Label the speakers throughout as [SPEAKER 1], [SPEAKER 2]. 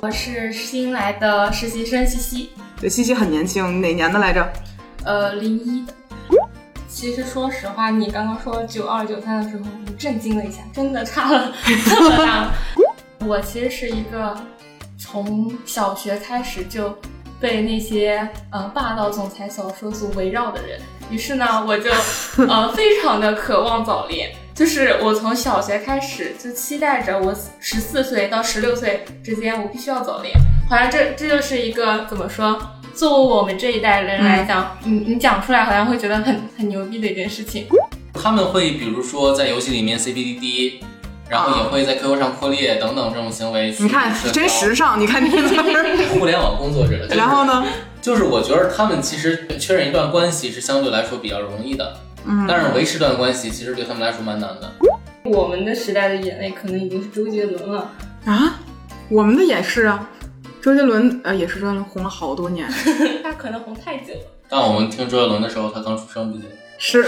[SPEAKER 1] 我是新来的实习生西西，
[SPEAKER 2] 对，西西很年轻，哪年的来着？
[SPEAKER 1] 呃，零一的。其实说实话，你刚刚说九二九三的时候，我震惊了一下，真的差了这么大。 我其实是一个从小学开始就被那些呃霸道总裁小说所围绕的人，于是呢，我就呃非常的渴望早恋。就是我从小学开始就期待着我十四岁到十六岁之间，我必须要早恋。好像这这就是一个怎么说？作为我们这一代人来讲，你你讲出来好像会觉得很很牛逼的一件事情。
[SPEAKER 3] 他们会比如说在游戏里面 CBDD，然后也会在 QQ 上扩列等等这种行为
[SPEAKER 2] 啊
[SPEAKER 3] 去
[SPEAKER 2] 你看
[SPEAKER 3] 社交。
[SPEAKER 2] 真时尚，你看这个词儿。
[SPEAKER 3] 互联网工作者。就是
[SPEAKER 2] 然后呢？
[SPEAKER 3] 就是我觉得他们其实确认一段关系是相对来说比较容易的，嗯，但是维持一段关系其实对他们来说蛮难的。
[SPEAKER 1] 我们的时代的眼泪可能已经是周杰伦了，
[SPEAKER 2] 啊，我们的也是啊，周杰伦呃也是周杰伦红了好多年，
[SPEAKER 1] 他可能红太久了。
[SPEAKER 3] 但我们听周杰伦的时候，他刚出生不久。
[SPEAKER 2] 是。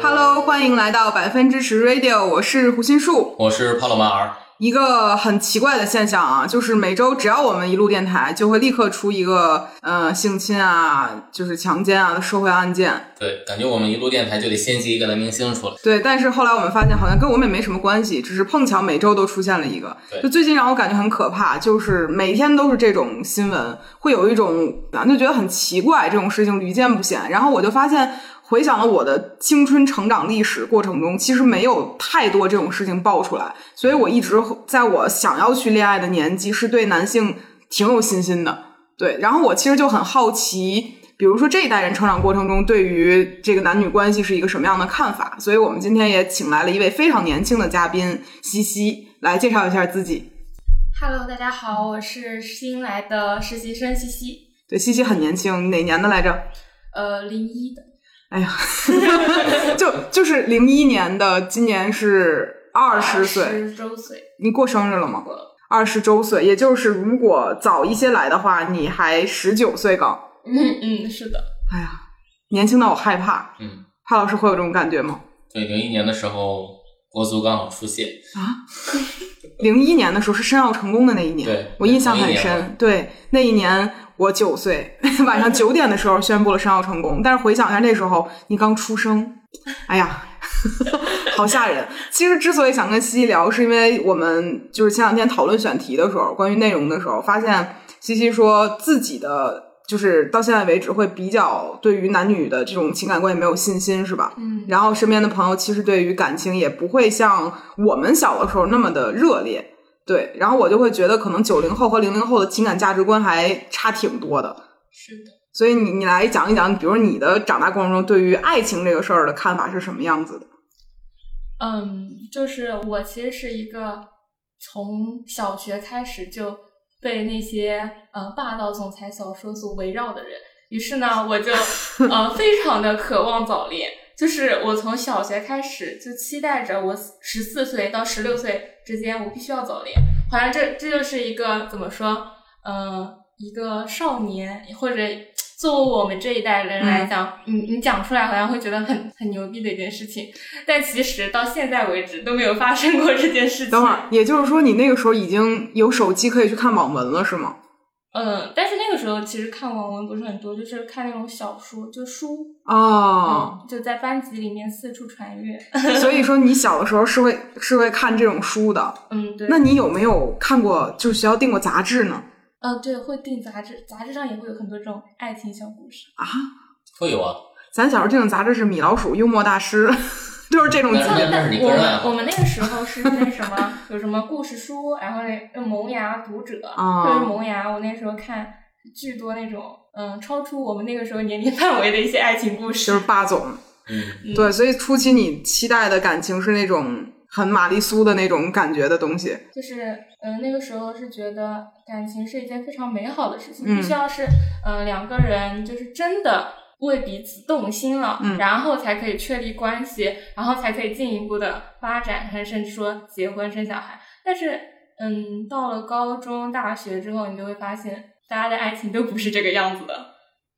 [SPEAKER 2] Hello，欢迎来到百分之十 Radio，我是胡心树。
[SPEAKER 3] 我是帕洛马尔，
[SPEAKER 2] 一个很奇怪的现象啊，就是每周只要我们一录电台，就会立刻出一个呃性侵啊，就是强奸啊的社会案件。
[SPEAKER 3] 对，感觉我们一录电台就得先集一个男明星出来。
[SPEAKER 2] 对，但是后来我们发现好像跟我们也没什么关系，只是碰巧每周都出现了一个。
[SPEAKER 3] 对
[SPEAKER 2] 就最近让我感觉很可怕，就是每天都是这种新闻，会有一种啊就觉得很奇怪，这种事情屡见不鲜。然后我就发现。回想了我的青春成长历史过程中，其实没有太多这种事情爆出来，所以我一直在我想要去恋爱的年纪，是对男性挺有信心的。对，然后我其实就很好奇，比如说这一代人成长过程中对于这个男女关系是一个什么样的看法，所以我们今天也请来了一位非常年轻的嘉宾西西来介绍一下自己。
[SPEAKER 1] Hello，大家好，我是新来的实习生西西，
[SPEAKER 2] 对，西西很年轻，哪年的来着？
[SPEAKER 1] 呃，零一的。
[SPEAKER 2] 哎呀，就就是零一年的，今年是二十岁。
[SPEAKER 1] 十周岁
[SPEAKER 2] 你过生日了吗？
[SPEAKER 1] 过了。
[SPEAKER 2] 二十周岁，也就是如果早一些来的话，你还十九岁刚。
[SPEAKER 1] 嗯嗯，是的，
[SPEAKER 2] 哎呀，年轻到我害怕。
[SPEAKER 3] 嗯，
[SPEAKER 2] 潘老师会有这种感觉吗？
[SPEAKER 3] 对，零一年的时候，国足刚好出现，
[SPEAKER 2] 零一年的时候是申奥成功的那一年，
[SPEAKER 3] 对
[SPEAKER 2] 我印象
[SPEAKER 3] 同一
[SPEAKER 2] 很
[SPEAKER 3] 年
[SPEAKER 2] 深。对，那一年我九岁， 晚上九点的时候宣布了申奥成功。但是回想一下，那时候你刚出生，哎呀， 好吓人。其实之所以想跟西西聊，是因为我们就是前两天讨论选题的时候，关于内容的时候，发现西西说自己的就是到现在为止会比较对于男女的这种情感关系没有信心，是吧？
[SPEAKER 1] 嗯，
[SPEAKER 2] 然后身边的朋友其实对于感情也不会像我们小的时候那么的热烈，对。然后我就会觉得，可能九零后和零零后的情感价值观还差挺多的。
[SPEAKER 1] 是的。
[SPEAKER 2] 所以你你来讲一讲，比如你的长大过程中对于爱情这个事儿的看法是什么样子的？
[SPEAKER 1] 嗯，就是我其实是一个从小学开始就被那些呃霸道总裁小说所围绕的人，于是呢，我就呃非常的渴望早恋。就是我从小学开始就期待着我十四岁到十六岁之间，我必须要早恋。好像这这就是一个怎么说，呃，一个少年或者作为我们这一代人来讲，你你讲出来好像会觉得很很牛逼的一件事情。但其实到现在为止都没有发生过这件事情。
[SPEAKER 2] 等会儿，也就是说你那个时候已经有手机可以去看网文了，是吗？
[SPEAKER 1] 嗯，但是那个时候其实看网文不是很多，就是看那种小说，就书，
[SPEAKER 2] 哦，
[SPEAKER 1] 嗯，就在班级里面四处传阅。
[SPEAKER 2] 所以说你小的时候是会是会看这种书的。
[SPEAKER 1] 嗯，对。
[SPEAKER 2] 那你有没有看过，就是学校订过杂志呢？
[SPEAKER 1] 嗯，对，会订杂志，杂志上也会有很多这种爱情小故事。
[SPEAKER 2] 啊，
[SPEAKER 3] 会有啊，
[SPEAKER 2] 咱小时候订的杂志是《米老鼠》《幽默大师》， 就是这种
[SPEAKER 3] 但是
[SPEAKER 2] 级。
[SPEAKER 3] 那那是你
[SPEAKER 1] 我
[SPEAKER 3] 个人爱
[SPEAKER 1] 们
[SPEAKER 3] 好
[SPEAKER 1] 我。们那个时候是那什么，有什么故事书，然后那萌芽读者，
[SPEAKER 2] 啊
[SPEAKER 1] 就是萌芽。我那时候看巨多那种，嗯，超出我们那个时候年龄范围的一些爱情故
[SPEAKER 2] 就是
[SPEAKER 1] 事。
[SPEAKER 2] 霸总。
[SPEAKER 3] 嗯，
[SPEAKER 2] 对，所以初期你期待的感情是那种很玛丽苏的那种感觉的东西。
[SPEAKER 1] 就是，嗯、那个时候是觉得感情是一件非常美好的事情，
[SPEAKER 2] 嗯
[SPEAKER 1] 必须要是，嗯、两个人就是真的为彼此动心了，
[SPEAKER 2] 嗯
[SPEAKER 1] 然后才可以确立关系，然后才可以进一步的发展，甚至说结婚生小孩。但是，嗯，到了高中、大学之后，你就会发现，大家的爱情都不是这个样子的。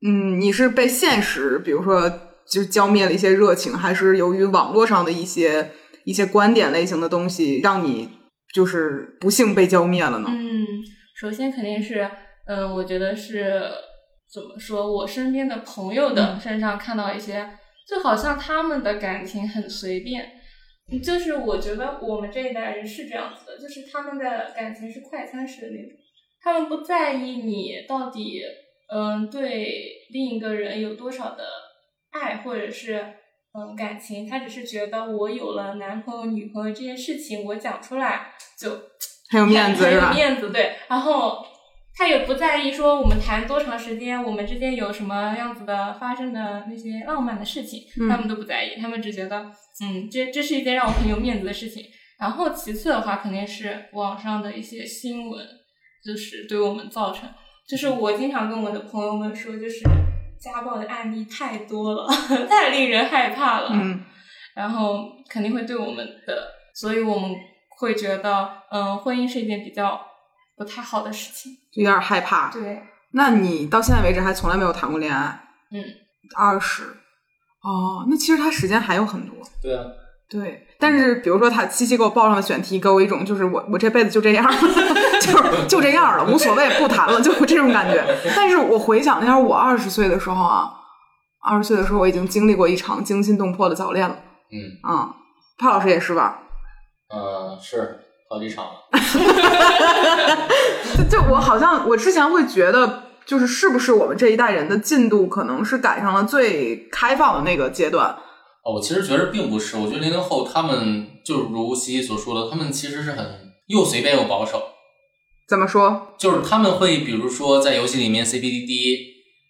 [SPEAKER 2] 嗯，你是被现实，比如说就是浇灭了一些热情，还是由于网络上的一些一些观点类型的东西，让你就是不幸被浇灭了呢？
[SPEAKER 1] 嗯，首先肯定是，嗯，我觉得是怎么说，我身边的朋友的身上看到一些，就好像他们的感情很随便，就是我觉得我们这一代人是这样子的，就是他们的感情是快餐式的那种，他们不在意你到底，嗯，对另一个人有多少的爱或者是。嗯，感情，他只是觉得我有了男朋友、女朋友这件事情，我讲出来就
[SPEAKER 2] 很有面子
[SPEAKER 1] 很
[SPEAKER 2] 是
[SPEAKER 1] 有
[SPEAKER 2] 吧？
[SPEAKER 1] 面子，对。然后他也不在意说我们谈多长时间，我们之间有什么样子的发生的那些浪漫的事情，
[SPEAKER 2] 嗯
[SPEAKER 1] 他们都不在意，他们只觉得，嗯，这这是一件让我很有面子的事情。然后其次的话，肯定是网上的一些新闻，就是对我们造成，就是我经常跟我的朋友们说，就是家暴的案例太多了， 太令人害怕了。
[SPEAKER 2] 嗯，
[SPEAKER 1] 然后肯定会对我们的，所以我们会觉得，嗯，婚姻是一件比较不太好的事情。
[SPEAKER 2] 就有点害怕。
[SPEAKER 1] 对，
[SPEAKER 2] 那你到现在为止还从来没有谈过恋爱？
[SPEAKER 1] 嗯，
[SPEAKER 2] 二十。哦，那其实他时间还有很多。
[SPEAKER 3] 对啊，
[SPEAKER 2] 对，但是比如说他七七给我报上的选题，给我一种就是我我这辈子就这样了，就是就这样了，无所谓，不谈了，就有这种感觉。但是我回想一下，我二十岁的时候啊，二十岁的时候我已经经历过一场惊心动魄的早恋了
[SPEAKER 3] 嗯
[SPEAKER 2] 啊、潘老师也是吧？
[SPEAKER 3] 呃，是好几场了。
[SPEAKER 2] 就就我好像我之前会觉得，就是是不是我们这一代人的进度可能是赶上了最开放的那个阶段，
[SPEAKER 3] 哦，我其实觉得并不是，我觉得零零后他们就如西西所说的，他们其实是很又随便又保守，
[SPEAKER 2] 怎么说？
[SPEAKER 3] 就是他们会比如说在游戏里面 CBDD，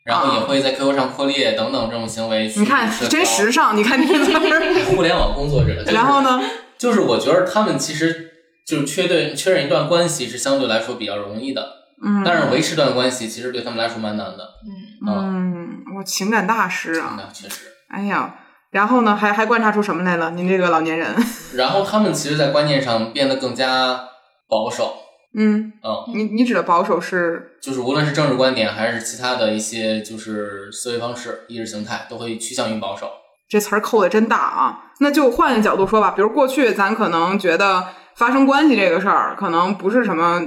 [SPEAKER 3] 然后也会在 QQ 上扩列等等这种行为去
[SPEAKER 2] 啊你看
[SPEAKER 3] 社交。
[SPEAKER 2] 真时尚，你看你在那儿
[SPEAKER 3] 互联网工作者。就是
[SPEAKER 2] 然后呢？
[SPEAKER 3] 就是我觉得他们其实就是确对确认一段关系是相对来说比较容易的，
[SPEAKER 2] 嗯，
[SPEAKER 3] 但是维持一段关系其实对他们来说蛮难的。
[SPEAKER 1] 嗯，
[SPEAKER 3] 嗯，
[SPEAKER 2] 嗯，我情感大师啊，
[SPEAKER 3] 那确实。
[SPEAKER 2] 哎呀，然后呢，还还观察出什么来了？您这个老年人，
[SPEAKER 3] 然后他们其实，在观念上变得更加保守，
[SPEAKER 2] 嗯，
[SPEAKER 3] 嗯，
[SPEAKER 2] 你你指的保守是，
[SPEAKER 3] 就是无论是政治观点还是其他的一些就是思维方式、意识形态，都会趋向于保守。
[SPEAKER 2] 这词儿扣的真大啊。那就换个角度说吧，比如过去咱可能觉得发生关系这个事儿，可能不是什么。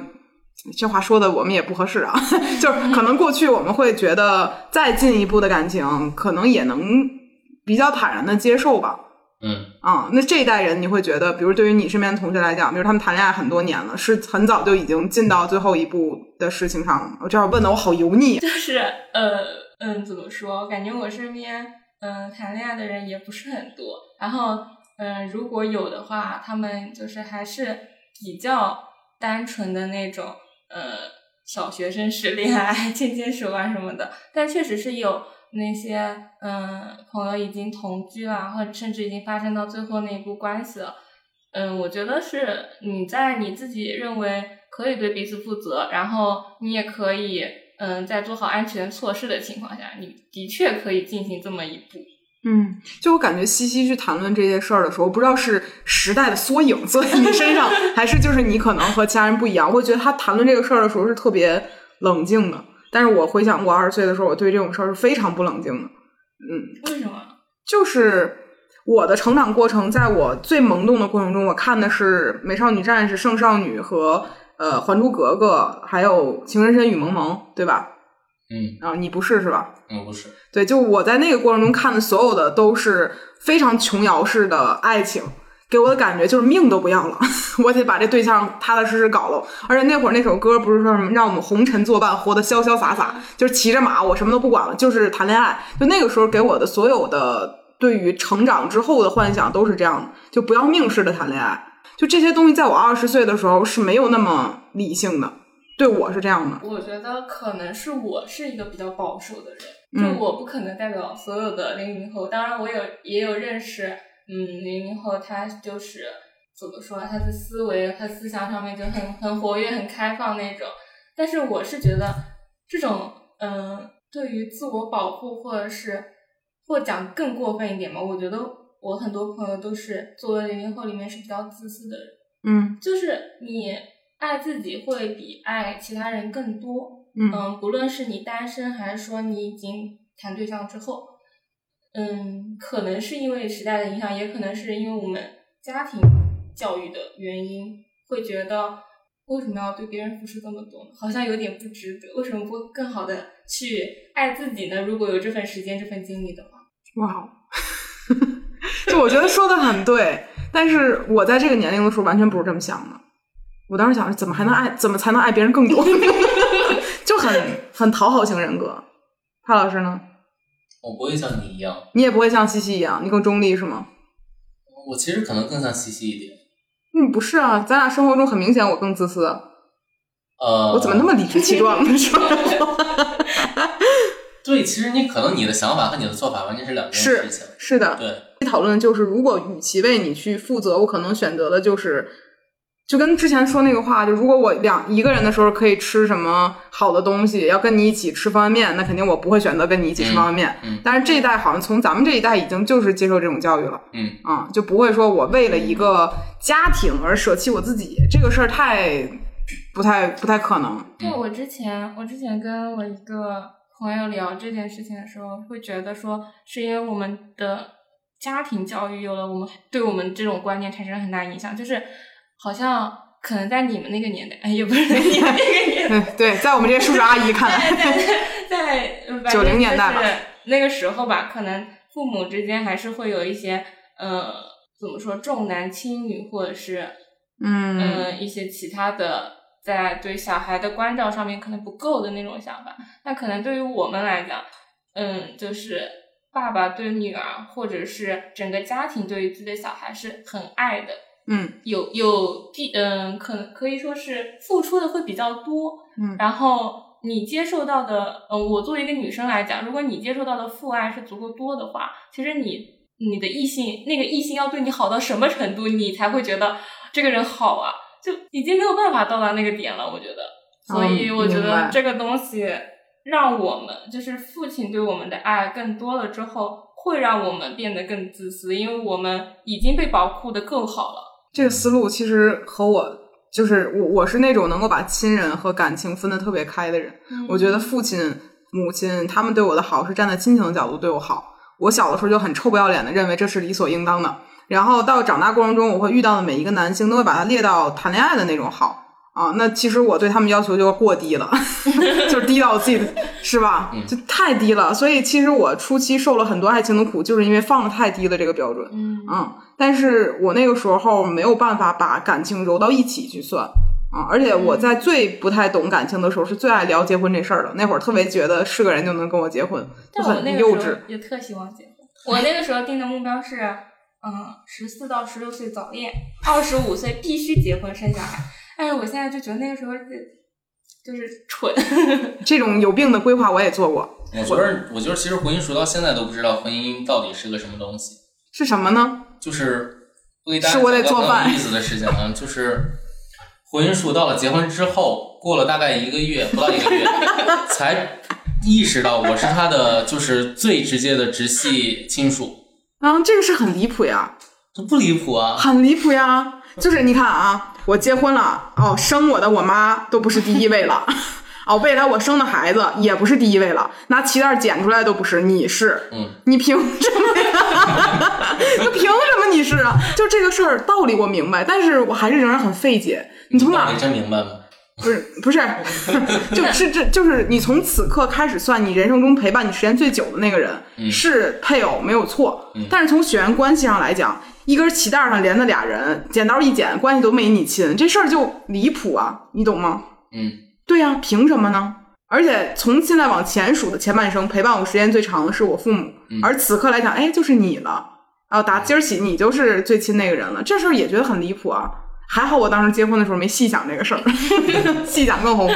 [SPEAKER 2] 这话说的我们也不合适啊， 就是可能过去我们会觉得再进一步的感情，可能也能比较坦然的接受吧。
[SPEAKER 3] 嗯，
[SPEAKER 2] 啊、那这一代人你会觉得，比如对于你身边的同学来讲，比如他们谈恋爱很多年了，是很早就已经进到最后一步的事情上了吗。我这样问的我好油腻。啊
[SPEAKER 1] 就是呃嗯，怎么说？感觉我身边嗯谈恋爱的人也不是很多，然后嗯，如果有的话，他们就是还是比较单纯的那种呃小学生式恋 爱，牵牵手啊什么的。但确实是有那些嗯朋友已经同居了，或者甚至已经发生到最后那一步关系了。嗯，我觉得是你在你自己认为可以对彼此负责，然后你也可以嗯在做好安全措施的情况下，你的确可以进行这么一步。
[SPEAKER 2] 嗯，就我感觉西西去谈论这些事儿的时候，不知道是时代的缩影坐在你身上，还是就是你可能和其他人不一样。我觉得他谈论这个事儿的时候是特别冷静的，但是我回想我二十岁的时候，我对这种事儿是非常不冷静的。
[SPEAKER 1] 为什么？
[SPEAKER 2] 就是我的成长过程，在我最萌动的过程中，我看的是《美少女战士》《圣少女》和呃《还珠格格》，还有《情深深雨蒙蒙》，对吧？
[SPEAKER 3] 嗯，
[SPEAKER 2] 啊，你不是是吧？
[SPEAKER 3] 嗯，不是，
[SPEAKER 2] 对，就我在那个过程中看的所有的都是非常琼瑶式的爱情，给我的感觉就是命都不要了， 我得把这对象踏踏实实搞了。而且那会儿那首歌不是说什么让我们红尘作伴，活得潇潇洒洒，就是骑着马，我什么都不管了，就是谈恋爱。就那个时候给我的所有的对于成长之后的幻想都是这样的，就不要命似的谈恋爱。就这些东西，在我二十岁的时候是没有那么理性的，对我是这样的。
[SPEAKER 1] 我觉得可能是我是一个比较保守的人，
[SPEAKER 2] 嗯
[SPEAKER 1] 就我不可能代表所有的零零后。当然，我有也有认识，嗯，零零后他就是怎么说啊，他的思维和思想上面就很很活跃、很开放那种。但是我是觉得这种，嗯、对于自我保护或者是或讲更过分一点嘛，我觉得我很多朋友都是作为零零后里面是比较自私的人。
[SPEAKER 2] 嗯
[SPEAKER 1] 就是你爱自己会比爱其他人更多。
[SPEAKER 2] 嗯
[SPEAKER 1] 嗯，不论是你单身还是说你已经谈对象之后，嗯，可能是因为时代的影响，也可能是因为我们家庭教育的原因，会觉得为什么要对别人付出这么多呢？好像有点不值得，为什么不更好的去爱自己呢？如果有这份时间、这份精力的话，
[SPEAKER 2] 哇哦， 就我觉得说的很对，但是我在这个年龄的时候完全不是这么想的。我当时想，怎么还能爱，怎么才能爱别人更多？ 就很很讨好型人格。帕老师呢？
[SPEAKER 3] 我不会像你一样，
[SPEAKER 2] 你也不会像西西一样，你更中立是吗？
[SPEAKER 3] 我其实可能更像西西一点。
[SPEAKER 2] 嗯，不是啊，咱俩生活中很明显我更自私，
[SPEAKER 3] 呃，
[SPEAKER 2] 我怎么那么理直气壮呢？ 是吧？
[SPEAKER 3] 对？其实你可能你的想法和你的做法完全是两件事情。
[SPEAKER 2] 是的，
[SPEAKER 3] 对，
[SPEAKER 2] 讨论就是，如果与其为你去负责，我可能选择的就是，就跟之前说那个话，就如果我两一个人的时候可以吃什么好的东西，要跟你一起吃方便面，那肯定我不会选择跟你一起吃方便面。
[SPEAKER 3] 嗯嗯
[SPEAKER 2] 但是这一代好像从咱们这一代已经就是接受这种教育了，
[SPEAKER 3] 嗯
[SPEAKER 2] 啊、就不会说我为了一个家庭而舍弃我自己，这个事儿太不太不太可能。
[SPEAKER 1] 对，我之前我之前跟我一个朋友聊这件事情的时候，会觉得说是因为我们的家庭教育有了我们对我们这种观念产生了很大影响，就是好像可能在你们那个年代，哎，也不是你们那个年代，
[SPEAKER 2] 嗯，对，在我们这些叔叔阿姨看来，
[SPEAKER 1] 在呃
[SPEAKER 2] 90年
[SPEAKER 1] 反
[SPEAKER 2] 代吧
[SPEAKER 1] 正就是那个时候吧，可能父母之间还是会有一些呃怎么说重男轻女，或者是
[SPEAKER 2] 嗯
[SPEAKER 1] 嗯，一些其他的在对小孩的关照上面可能不够的那种想法。那可能对于我们来讲，嗯，就是爸爸对女儿，或者是整个家庭对于自己的小孩是很爱的，
[SPEAKER 2] 嗯
[SPEAKER 1] 有有必嗯，可能可以说是付出的会比较多。
[SPEAKER 2] 嗯
[SPEAKER 1] 然后你接受到的，嗯，我作为一个女生来讲，如果你接受到的父爱是足够多的话，其实你你的异性那个异性要对你好到什么程度，你才会觉得这个人好啊？就已经没有办法到达那个点了，我觉得。所以
[SPEAKER 2] 嗯
[SPEAKER 1] 我觉
[SPEAKER 2] 明白
[SPEAKER 1] 得这个东西让我们就是父亲对我们的爱更多了之后，会让我们变得更自私，因为我们已经被保护的够好了。
[SPEAKER 2] 这个思路其实和我就是我我是那种能够把亲人和感情分得特别开的人。
[SPEAKER 1] 嗯
[SPEAKER 2] 我觉得父亲、母亲他们对我的好是站在亲情的角度对我好。我小的时候就很臭不要脸的认为这是理所应当的。然后到长大过程中，我会遇到的每一个男性都会把他列到谈恋爱的那种好啊。那其实我对他们要求就过低了， 就是低到我自己的是吧？就太低了。所以其实我初期受了很多爱情的苦，就是因为放的太低了这个标准。
[SPEAKER 1] 嗯，
[SPEAKER 2] 嗯，但是我那个时候没有办法把感情揉到一起去算啊、而且
[SPEAKER 1] 嗯
[SPEAKER 2] 我在最不太懂感情的时候，是最爱聊结婚这事儿的。那会儿特别觉得是个人就能跟我结婚，就
[SPEAKER 1] 但我那
[SPEAKER 2] 很
[SPEAKER 1] 个
[SPEAKER 2] 幼
[SPEAKER 1] 时
[SPEAKER 2] 稚
[SPEAKER 1] 候。也特希望结婚。我那个时候定的目标是，嗯，十四到十六岁早恋，二十五岁必须结婚生小孩。但是我现在就觉得那个时候是就是蠢，
[SPEAKER 2] 这种有病的规划我也做过，
[SPEAKER 3] 我觉得，我觉得其实婚姻说到现在都不知道婚姻到底是个什么东西，
[SPEAKER 2] 是什么呢？
[SPEAKER 3] 就是我给大家
[SPEAKER 2] 是我得
[SPEAKER 3] 讲个
[SPEAKER 2] 做饭
[SPEAKER 3] 很有意思的事情啊，就是婚姻说到了结婚之后，过了大概一个月不到一个月，才意识到我是他的就是最直接的直系亲属，
[SPEAKER 2] 啊，这个是很离谱呀，
[SPEAKER 3] 这不离谱啊！
[SPEAKER 2] 很离谱呀！就是你看啊，我结婚了，哦，生我的我妈都不是第一位了，哦，未来我生的孩子也不是第一位了，拿脐带剪出来都不是，你是，
[SPEAKER 3] 嗯，
[SPEAKER 2] 你凭什么呀？ 就凭什么你是啊？就这个事儿道理我明白，但是我还是仍然很费解，你从哪
[SPEAKER 3] 道理真明白吗？
[SPEAKER 2] 不是不是， 就是这就是你从此刻开始算，你人生中陪伴你时间最久的那个人、是配偶没有错，但是从血缘关系上来讲，一根脐带上连的俩人，剪刀一剪，关系都没你亲，这事儿就离谱啊，你懂吗？
[SPEAKER 3] 嗯，
[SPEAKER 2] 对呀、凭什么呢？而且从现在往前数的前半生，陪伴我时间最长的是我父母，而此刻来讲，哎，就是你了。啊，打今儿起你就是最亲那个人了，这事儿也觉得很离谱啊。还好我当时结婚的时候没细想这个事儿， 细想更后悔。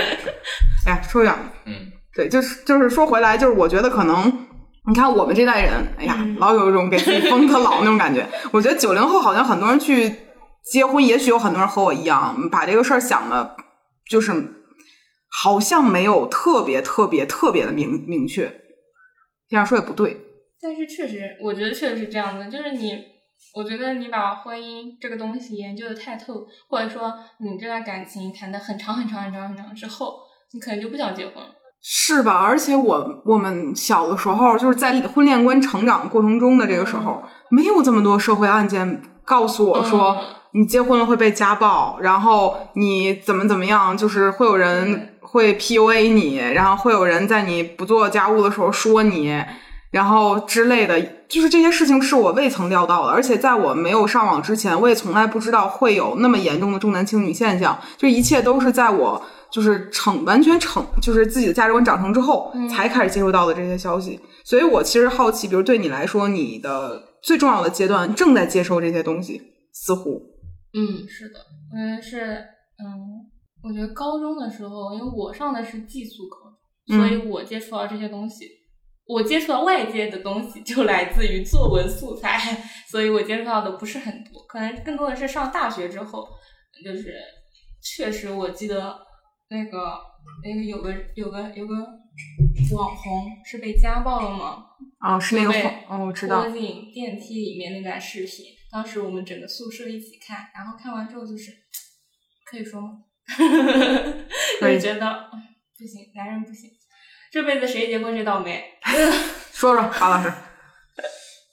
[SPEAKER 2] 哎，说远了。
[SPEAKER 3] 嗯，
[SPEAKER 2] 对，就是就是说回来，就是我觉得可能。你看我们这代人，哎呀，老有一种给自己封的老那种感觉。我觉得九零后好像很多人去结婚，也许有很多人和我一样，把这个事儿想的，就是好像没有特别特别特别的明明确。这样说也不对，
[SPEAKER 1] 但是确实，我觉得确实是这样的，就是你，我觉得你把婚姻这个东西研究的太透，或者说你这段感情谈的很长很长很长很长之后，你可能就不想结婚了。
[SPEAKER 2] 是吧？而且我我们小的时候，就是在婚恋观成长过程中的这个时候，没有这么多社会案件告诉我说、
[SPEAKER 1] 嗯
[SPEAKER 2] 你结婚了会被家暴，然后你怎么怎么样，就是会有人会 PUA 你，然后会有人在你不做家务的时候说你，然后之类的，就是这些事情是我未曾料到的。而且在我没有上网之前，我也从来不知道会有那么严重的重男轻女现象，就一切都是在我。就是成完全成，就是自己的价值观长成之后，才开始接触到的这些消息。所以我其实好奇，比如对你来说，你的最重要的阶段正在接受这些东西，似乎
[SPEAKER 1] 嗯，是的，我觉得是，嗯，我觉得高中的时候，因为我上的是寄宿高中，所以我接触到这些东西，我接触到外界的东西就来自于作文素材， 所以我接触到的不是很多，可能更多的是上大学之后，就是确实我记得那个那个有个有个有个网红是被家暴了吗？
[SPEAKER 2] 哦，是那个
[SPEAKER 1] 对
[SPEAKER 2] 哦，我知
[SPEAKER 1] 郭
[SPEAKER 2] 道，
[SPEAKER 1] 靖电梯里面那段视频，当时我们整个宿舍一起看，然后看完之后就是，可以说吗？ 就
[SPEAKER 2] 可以
[SPEAKER 1] 是觉得不行，男人不行，这辈子谁结婚谁倒霉。
[SPEAKER 2] 说说马老师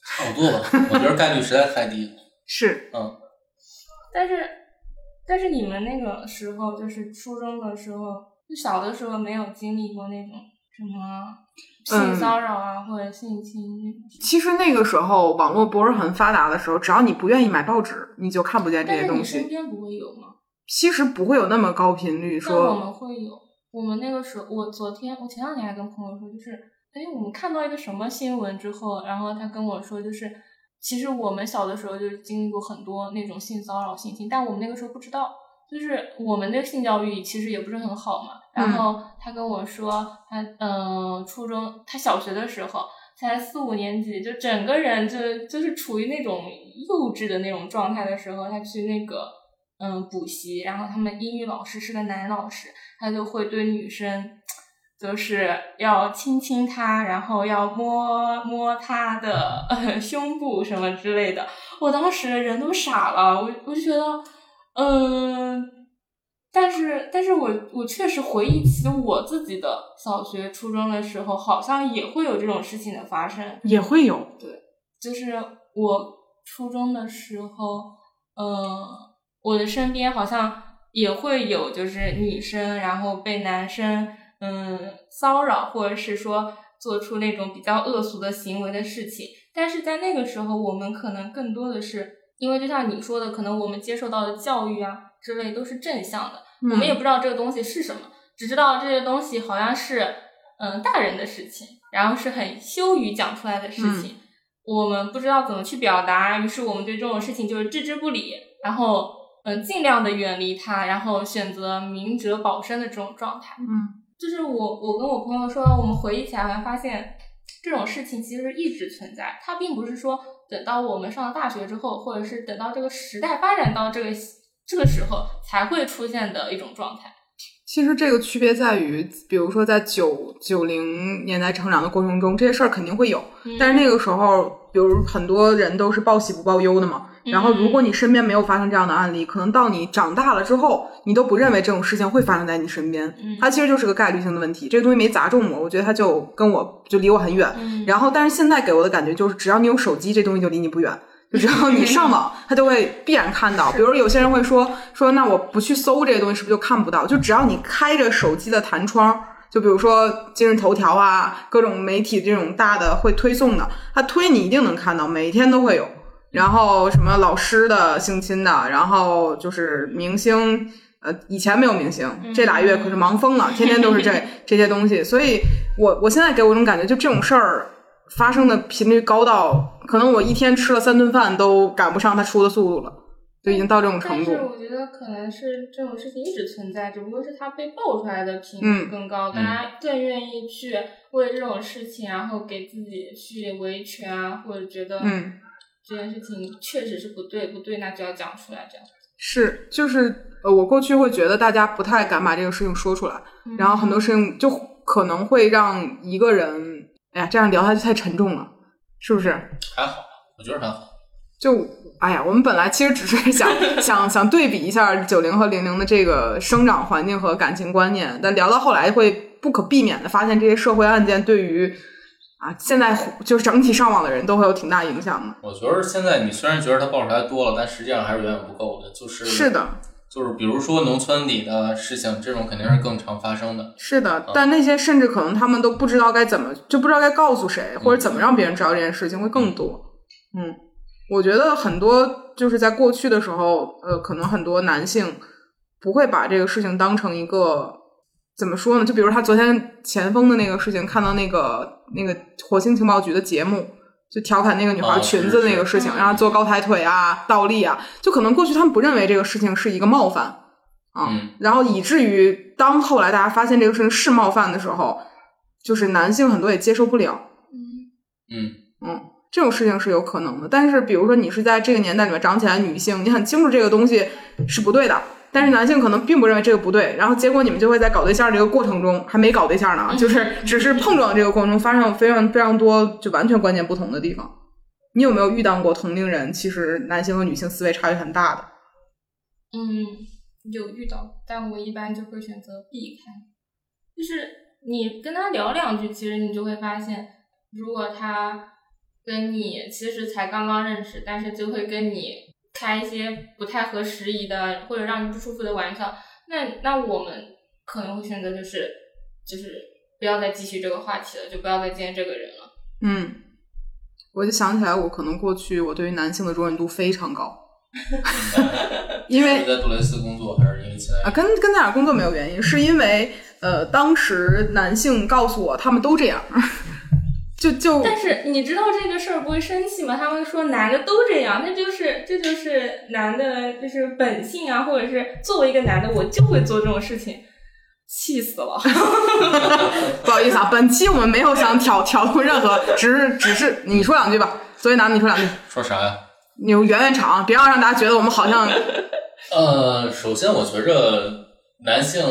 [SPEAKER 3] 差不多吧，我觉得概率实在太低了。
[SPEAKER 2] 是
[SPEAKER 1] 但是，但是你们那个时候就是初中的时候，就小的时候没有经历过那种什么性
[SPEAKER 2] 嗯
[SPEAKER 1] 骚扰啊，或者性侵那种事情。
[SPEAKER 2] 其实那个时候网络不是很发达的时候，只要你不愿意买报纸，哎你就看不见这
[SPEAKER 1] 但
[SPEAKER 2] 些
[SPEAKER 1] 是你
[SPEAKER 2] 东
[SPEAKER 1] 身
[SPEAKER 2] 西。
[SPEAKER 1] 边不会有吗？
[SPEAKER 2] 其实不会有那么高频率
[SPEAKER 1] 那我
[SPEAKER 2] 说，
[SPEAKER 1] 们会有，我们那个时候，我昨天，我前两天还跟朋友说，就是，哎，我们看到一个什么新闻之后，然后他跟我说，就是，其实我们小的时候就是经历过很多那种性骚扰、性侵，但我们那个时候不知道，就是我们的性教育其实也不是很好嘛。然后他跟我说，他嗯、呃初中他小学的时候。才四五年级，就整个人就就是处于那种幼稚的那种状态的时候，他去那个嗯补习，然后他们英语老师是个男老师，他就会对女生就是要亲亲她，然后要摸摸她的、 呃、胸部什么之类的。我当时人都傻了，我我就觉得，嗯、但是但是我我确实回忆起我自己的小学、初中的时候，好像也会有这种事情的发生。
[SPEAKER 2] 也会有，
[SPEAKER 1] 就是我初中的时候，呃，我的身边好像也会有就是女生，然后被男生嗯骚扰，或者是说做出那种比较恶俗的行为的事情。但是在那个时候，我们可能更多的是因为就像你说的，可能我们接受到的教育啊之类都是正向的，我
[SPEAKER 2] 嗯
[SPEAKER 1] 们也不知道这个东西是什么，只知道这些东西好像是嗯、大人的事情，然后是很羞于讲出来的事情。
[SPEAKER 2] 嗯
[SPEAKER 1] 我们不知道怎么去表达，于是我们对这种事情就是置之不理，然后嗯，尽量的远离它，然后选择明哲保身的这种状态。
[SPEAKER 2] 嗯
[SPEAKER 1] 就是我我跟我朋友说，我们回忆起来还发现，这种事情其实一直存在，它并不是说等到我们上了大学之后，或者是等到这个时代发展到这个这个时候才会出现的一种状态。
[SPEAKER 2] 其实这个区别在于，比如说在九九零年代成长的过程中，这些事儿肯定会有，
[SPEAKER 1] 嗯
[SPEAKER 2] 但是那个时候，比如很多人都是报喜不报忧的嘛。
[SPEAKER 1] 嗯
[SPEAKER 2] 然后，如果你身边没有发生这样的案例，可能到你长大了之后，你都不认为这种事情会发生在你身边。
[SPEAKER 1] 嗯
[SPEAKER 2] 它其实就是个概率性的问题，这个东西没砸中我，我觉得它就跟我就离我很远。
[SPEAKER 1] 嗯，
[SPEAKER 2] 然后，但是现在给我的感觉就是，只要你有手机，这东西就离你不远。就只要你上网，它就会必然看到。比如有些人会说说，那我不去搜这些东西，是不是就看不到？就只要你开着手机的弹窗，就比如说今日头条啊，各种媒体这种大的会推送的，它推你一定能看到，每天都会有。然后什么老师的性侵的，然后就是明星，呃，以前没有明星，
[SPEAKER 1] 嗯
[SPEAKER 2] 这俩月可是忙疯了，天天都是 这这些东西。所以我我现在给我一种感觉，就这种事儿发生的频率高到，可能我一天吃了三顿饭都赶不上他出的速度了，就已经到这种程
[SPEAKER 1] 但
[SPEAKER 2] 度
[SPEAKER 1] 是。我觉得可能是这种事情一直存在，只不过是它被爆出来的频率
[SPEAKER 2] 嗯
[SPEAKER 1] 更高，大家更愿意去为这种事情，然后给自己去维权啊，或者觉得
[SPEAKER 2] 嗯
[SPEAKER 1] 这件事情确实是不对，不对，那就要讲出来，这样。
[SPEAKER 2] 是，就是呃，我过去会觉得大家不太敢把这个事情说出来，
[SPEAKER 1] 嗯
[SPEAKER 2] 然后很多事情就可能会让一个人，哎呀，这样聊下去太沉重了，是不是？
[SPEAKER 3] 还好，我觉得还好。
[SPEAKER 2] 就哎呀，我们本来其实只是想想想对比一下九零和零零的这个生长环境和感情观念，但聊到后来会不可避免的发现这些社会案件对于啊现在就是整体上网的人都会有挺大影响的。
[SPEAKER 3] 我觉得现在你虽然觉得它爆出来多了，但实际上还是远远不够的。就是
[SPEAKER 2] 是的，
[SPEAKER 3] 就是比如说农村里的事情，这种肯定是更常发生的。
[SPEAKER 2] 是的，但那些甚至可能他们都不知道该怎么，就不知道该告诉谁，或者怎
[SPEAKER 3] 嗯
[SPEAKER 2] 么让别人知道这件事情会更多。嗯，我觉得很多就是在过去的时候，呃，可能很多男性不会把这个事情当成一个怎么说呢？就比如他昨天前锋的那个事情，看到那个那个火星情报局的节目，就调侃那个女孩
[SPEAKER 3] 哦
[SPEAKER 2] 裙子
[SPEAKER 3] 是
[SPEAKER 2] 那个
[SPEAKER 3] 是
[SPEAKER 2] 事情，
[SPEAKER 1] 嗯
[SPEAKER 2] 让她做高抬腿啊、倒立啊，就可能过去他们不认为这个事情是一个冒犯。啊
[SPEAKER 3] 嗯，
[SPEAKER 2] 然后以至于当后来大家发现这个事情是冒犯的时候，就是男性很多也接受不了
[SPEAKER 1] 嗯
[SPEAKER 3] 嗯，
[SPEAKER 2] 这种事情是有可能的。但是比如说你是在这个年代里面长起来的女性，你很清楚这个东西是不对的，但是男性可能并不认为这个不对，然后结果你们就会在搞对象这个过程中，还没搞对象呢啊，就是只是碰撞这个过程中发生了非常非常多就完全观念不同的地方。你有没有遇到过同龄人？其实男性和女性思维差距很大的。
[SPEAKER 1] 嗯，有遇到，但我一般就会选择避开。就是你跟他聊两句，其实你就会发现，如果他跟你其实才刚刚认识，但是就会跟你开一些不太合时宜的或者让你不舒服的玩笑，那那我们可能会选择就是就是不要再继续这个话题了，就不要再见这个人了。
[SPEAKER 2] 嗯，我就想起来，我可能过去我对于男性的容忍度非常 高，因为
[SPEAKER 3] 是在杜蕾斯工作还是因为其他
[SPEAKER 2] 啊，跟跟咱俩工作没有原因，是因为呃，当时男性告诉我他们都这样， 就就
[SPEAKER 1] 但是你知道这个事儿不会生气吗？他们说男的都这样，那就是这就是男的就是本性啊，或者是作为一个男的，我就会做这种事情，气死了。
[SPEAKER 2] 不好意思啊，本期我们没有想挑挑动任何，只是只是你说两句吧，作为男的你说两句，
[SPEAKER 3] 说啥呀？
[SPEAKER 2] 你圆圆场，别让让大家觉得我们好像
[SPEAKER 3] 呃，首先我觉着男性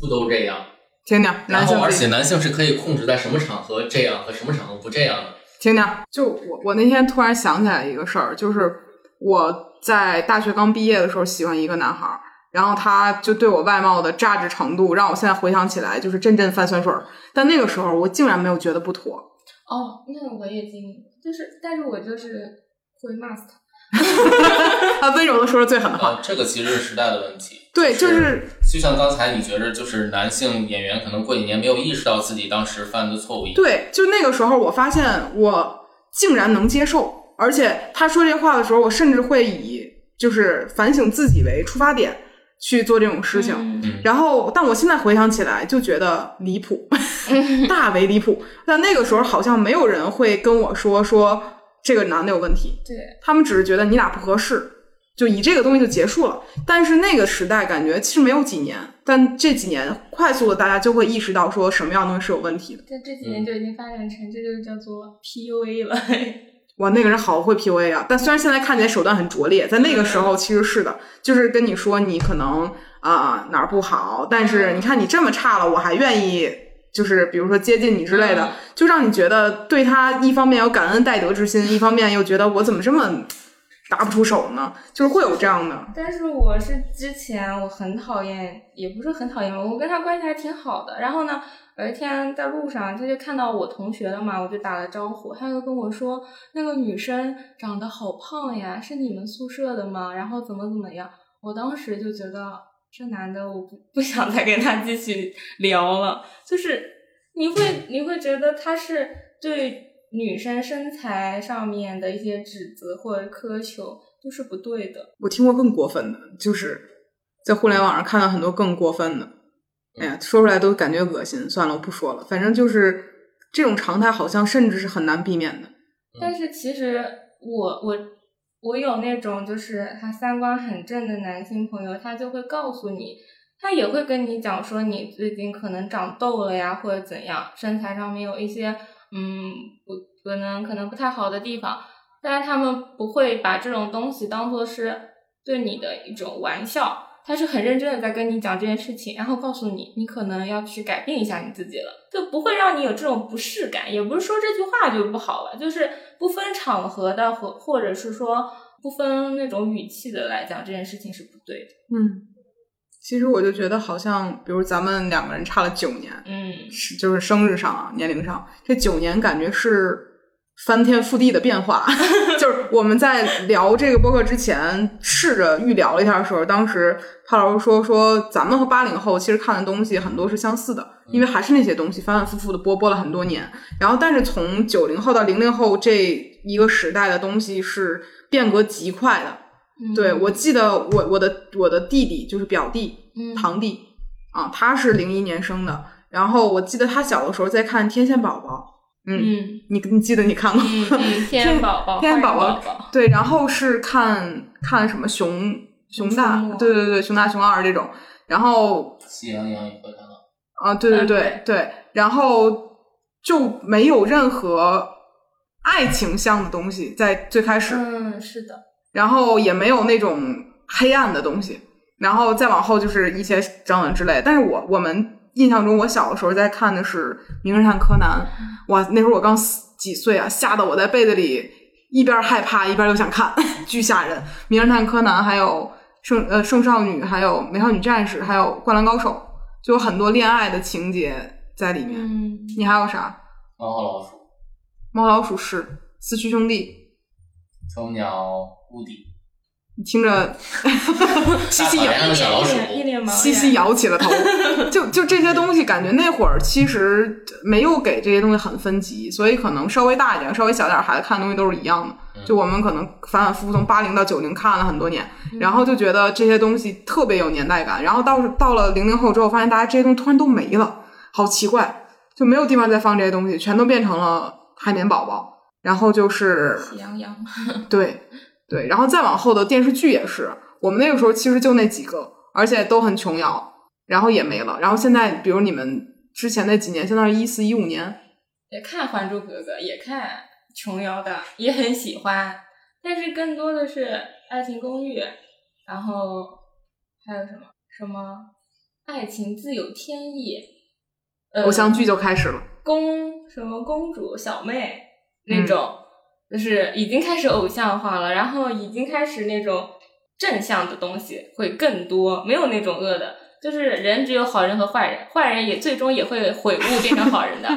[SPEAKER 3] 不都这样，
[SPEAKER 2] 听听男
[SPEAKER 3] 然
[SPEAKER 2] 性
[SPEAKER 3] 后而
[SPEAKER 2] 自己
[SPEAKER 3] 且男性是可以控制在什么场合这样和什么场合不这样的。
[SPEAKER 2] 听听，就我我那天突然想起来一个事儿，就是我在大学刚毕业的时候喜欢一个男孩儿，然后他就对我外貌的榨汁程度，让我现在回想起来就是阵阵泛酸水儿。但那个时候我竟然没有觉得不妥，
[SPEAKER 1] 哦，那我也经历，就是但是我就是会骂死他。
[SPEAKER 2] 他温柔的说着最狠的话，
[SPEAKER 3] 呃，这个其实是时代的问题。
[SPEAKER 2] 对，就是
[SPEAKER 3] 就像刚才你觉着，就是男性演员可能过几年没有意识到自己当时犯的错误一样。
[SPEAKER 2] 对，就那个时候我发现我竟然能接受，而且他说这话的时候，我甚至会以就是反省自己为出发点去做这种事情。
[SPEAKER 1] 嗯
[SPEAKER 2] 然后，但我现在回想起来就觉得离谱，大为离谱。但那个时候好像没有人会跟我说说这个男的有问题，
[SPEAKER 1] 对，
[SPEAKER 2] 他们只是觉得你俩不合适，就以这个东西就结束了。但是那个时代感觉其实没有几年，但这几年快速的大家就会意识到说什么样的东西是有问题的。
[SPEAKER 1] 但这几
[SPEAKER 3] 年
[SPEAKER 1] 年就已经发展成这就叫做 PUA 了。
[SPEAKER 2] 哇，那个人好会 PUA 啊！但虽然现在看起来手段很拙劣，在那个时候其实是的，就是跟你说你可能啊、哪儿不好，但是你看你这么差了，我还愿意就是比如说接近你之类的，
[SPEAKER 1] 嗯
[SPEAKER 2] 就让你觉得对他一方面有感恩戴德之心，一方面又觉得我怎么这么拿不出手呢？就是会有这样的，
[SPEAKER 1] 但是我是之前我很讨厌，也不是很讨厌吧，我跟他关系还挺好的。然后呢，有一天在路上，他就看到我同学了嘛，我就打了招呼，他就跟我说那个女生长得好胖呀，是你们宿舍的吗？然后怎么怎么样？我当时就觉得这男的我不不想再跟他继续聊了，就是你会你会觉得他是对女生身材上面的一些指责或者苛求都是不对的。
[SPEAKER 2] 我听过更过分的，就是在互联网上看到很多更过分的。哎呀，说出来都感觉恶心，算了，我不说了。反正就是这种常态，好像甚至是很难避免的。
[SPEAKER 1] 但是其实我我我有那种就是他三观很正的男性朋友，他就会告诉你，他也会跟你讲说你最近可能长痘了呀，或者怎样，身材上面有一些嗯不可能可能不太好的地方，但是他们不会把这种东西当做是对你的一种玩笑，他是很认真的在跟你讲这件事情，然后告诉你，你可能要去改变一下你自己了，就不会让你有这种不适感。也不是说这句话就不好了，就是不分场合的，或或者是说不分那种语气的来讲这件事情是不对的。
[SPEAKER 2] 嗯，其实我就觉得好像，比如咱们两个人差了九年，
[SPEAKER 1] 嗯，
[SPEAKER 2] 是就是生日上啊，年龄上，这九年感觉是翻天覆地的变化。就是我们在聊这个播客之前，试着预聊了一下的时候，当时帕老师说说咱们和八零后其实看的东西很多是相似的，因为还是那些东西反反复复的播播了很多年。然后，但是从九零后到零零后这一个时代的东西是变革极快的。
[SPEAKER 1] 嗯
[SPEAKER 2] 对，我记得我我的我的弟弟就是表弟，
[SPEAKER 1] 嗯
[SPEAKER 2] 堂弟啊，他是零一年生的。然后我记得他小的时候在看《天线宝宝》，嗯，
[SPEAKER 1] 嗯
[SPEAKER 2] 你你记得你看过？
[SPEAKER 1] 嗯嗯，天宝宝，
[SPEAKER 2] 天宝
[SPEAKER 1] 宝
[SPEAKER 2] 宝
[SPEAKER 1] 宝，
[SPEAKER 2] 对，然后是看看什么熊熊
[SPEAKER 1] 熊
[SPEAKER 2] 大
[SPEAKER 1] 出没，
[SPEAKER 2] 对对对，熊大熊二这种。然后
[SPEAKER 3] 喜羊羊也会看到，
[SPEAKER 2] 啊，对对
[SPEAKER 1] 嗯
[SPEAKER 2] 对对，然后就没有任何爱情向的东西在最开始，
[SPEAKER 1] 嗯，是的，
[SPEAKER 2] 然后也没有那种黑暗的东西，然后再往后就是一些张文之类。但是我我们印象中，我小的时候在看的是《名侦探柯南》，哇，那时候我刚四几岁啊，吓得我在被子里一边害怕一边又想看， 巨吓人。《名侦探柯南》还有圣呃圣少女，还有美少女战士，还有《灌篮高手》，就有很多恋爱的情节在里面。
[SPEAKER 1] 嗯，
[SPEAKER 2] 你还有啥？
[SPEAKER 3] 猫和老鼠、
[SPEAKER 2] 猫老鼠是四驱兄弟，
[SPEAKER 3] 丑鸟、乌迪、
[SPEAKER 2] 你听着 嘻
[SPEAKER 3] 大
[SPEAKER 2] 嘻
[SPEAKER 3] 草
[SPEAKER 2] 眼。
[SPEAKER 3] 原上的小老鼠
[SPEAKER 1] 一，脸一脸茫
[SPEAKER 2] 嘻嘻
[SPEAKER 1] 然，
[SPEAKER 2] 摇起了头，就就这些东西，感觉那会儿其实没有给这些东西很分级，所以可能稍微大一点、稍微小点儿孩子看的东西都是一样的。
[SPEAKER 3] 嗯
[SPEAKER 2] 就我们可能反反复复从八零到九零看了很多年，然后就觉得这些东西特别有年代感。然后到到了零零后之后，发现大家这些东西突然都没了，好奇怪，就没有地方再放这些东西，全都变成了海绵宝宝。然后就是
[SPEAKER 1] 喜羊羊，
[SPEAKER 2] 对对，然后再往后的电视剧也是，我们那个时候其实就那几个，而且都很琼瑶，然后也没了。然后现在，比如你们之前那几年，相当于一四一五年，
[SPEAKER 1] 也看《还珠格格》，也看琼瑶的，也很喜欢，但是更多的是《爱情公寓》，然后还有什么什么《爱情自有天意》，呃，
[SPEAKER 2] 偶像剧就开始了。
[SPEAKER 1] 公什么公主小妹
[SPEAKER 2] 嗯
[SPEAKER 1] 那种，就是已经开始偶像化了，然后已经开始那种正向的东西会更多，没有那种恶的。就是人只有好人和坏人，坏人也最终也会悔悟变成好 人的，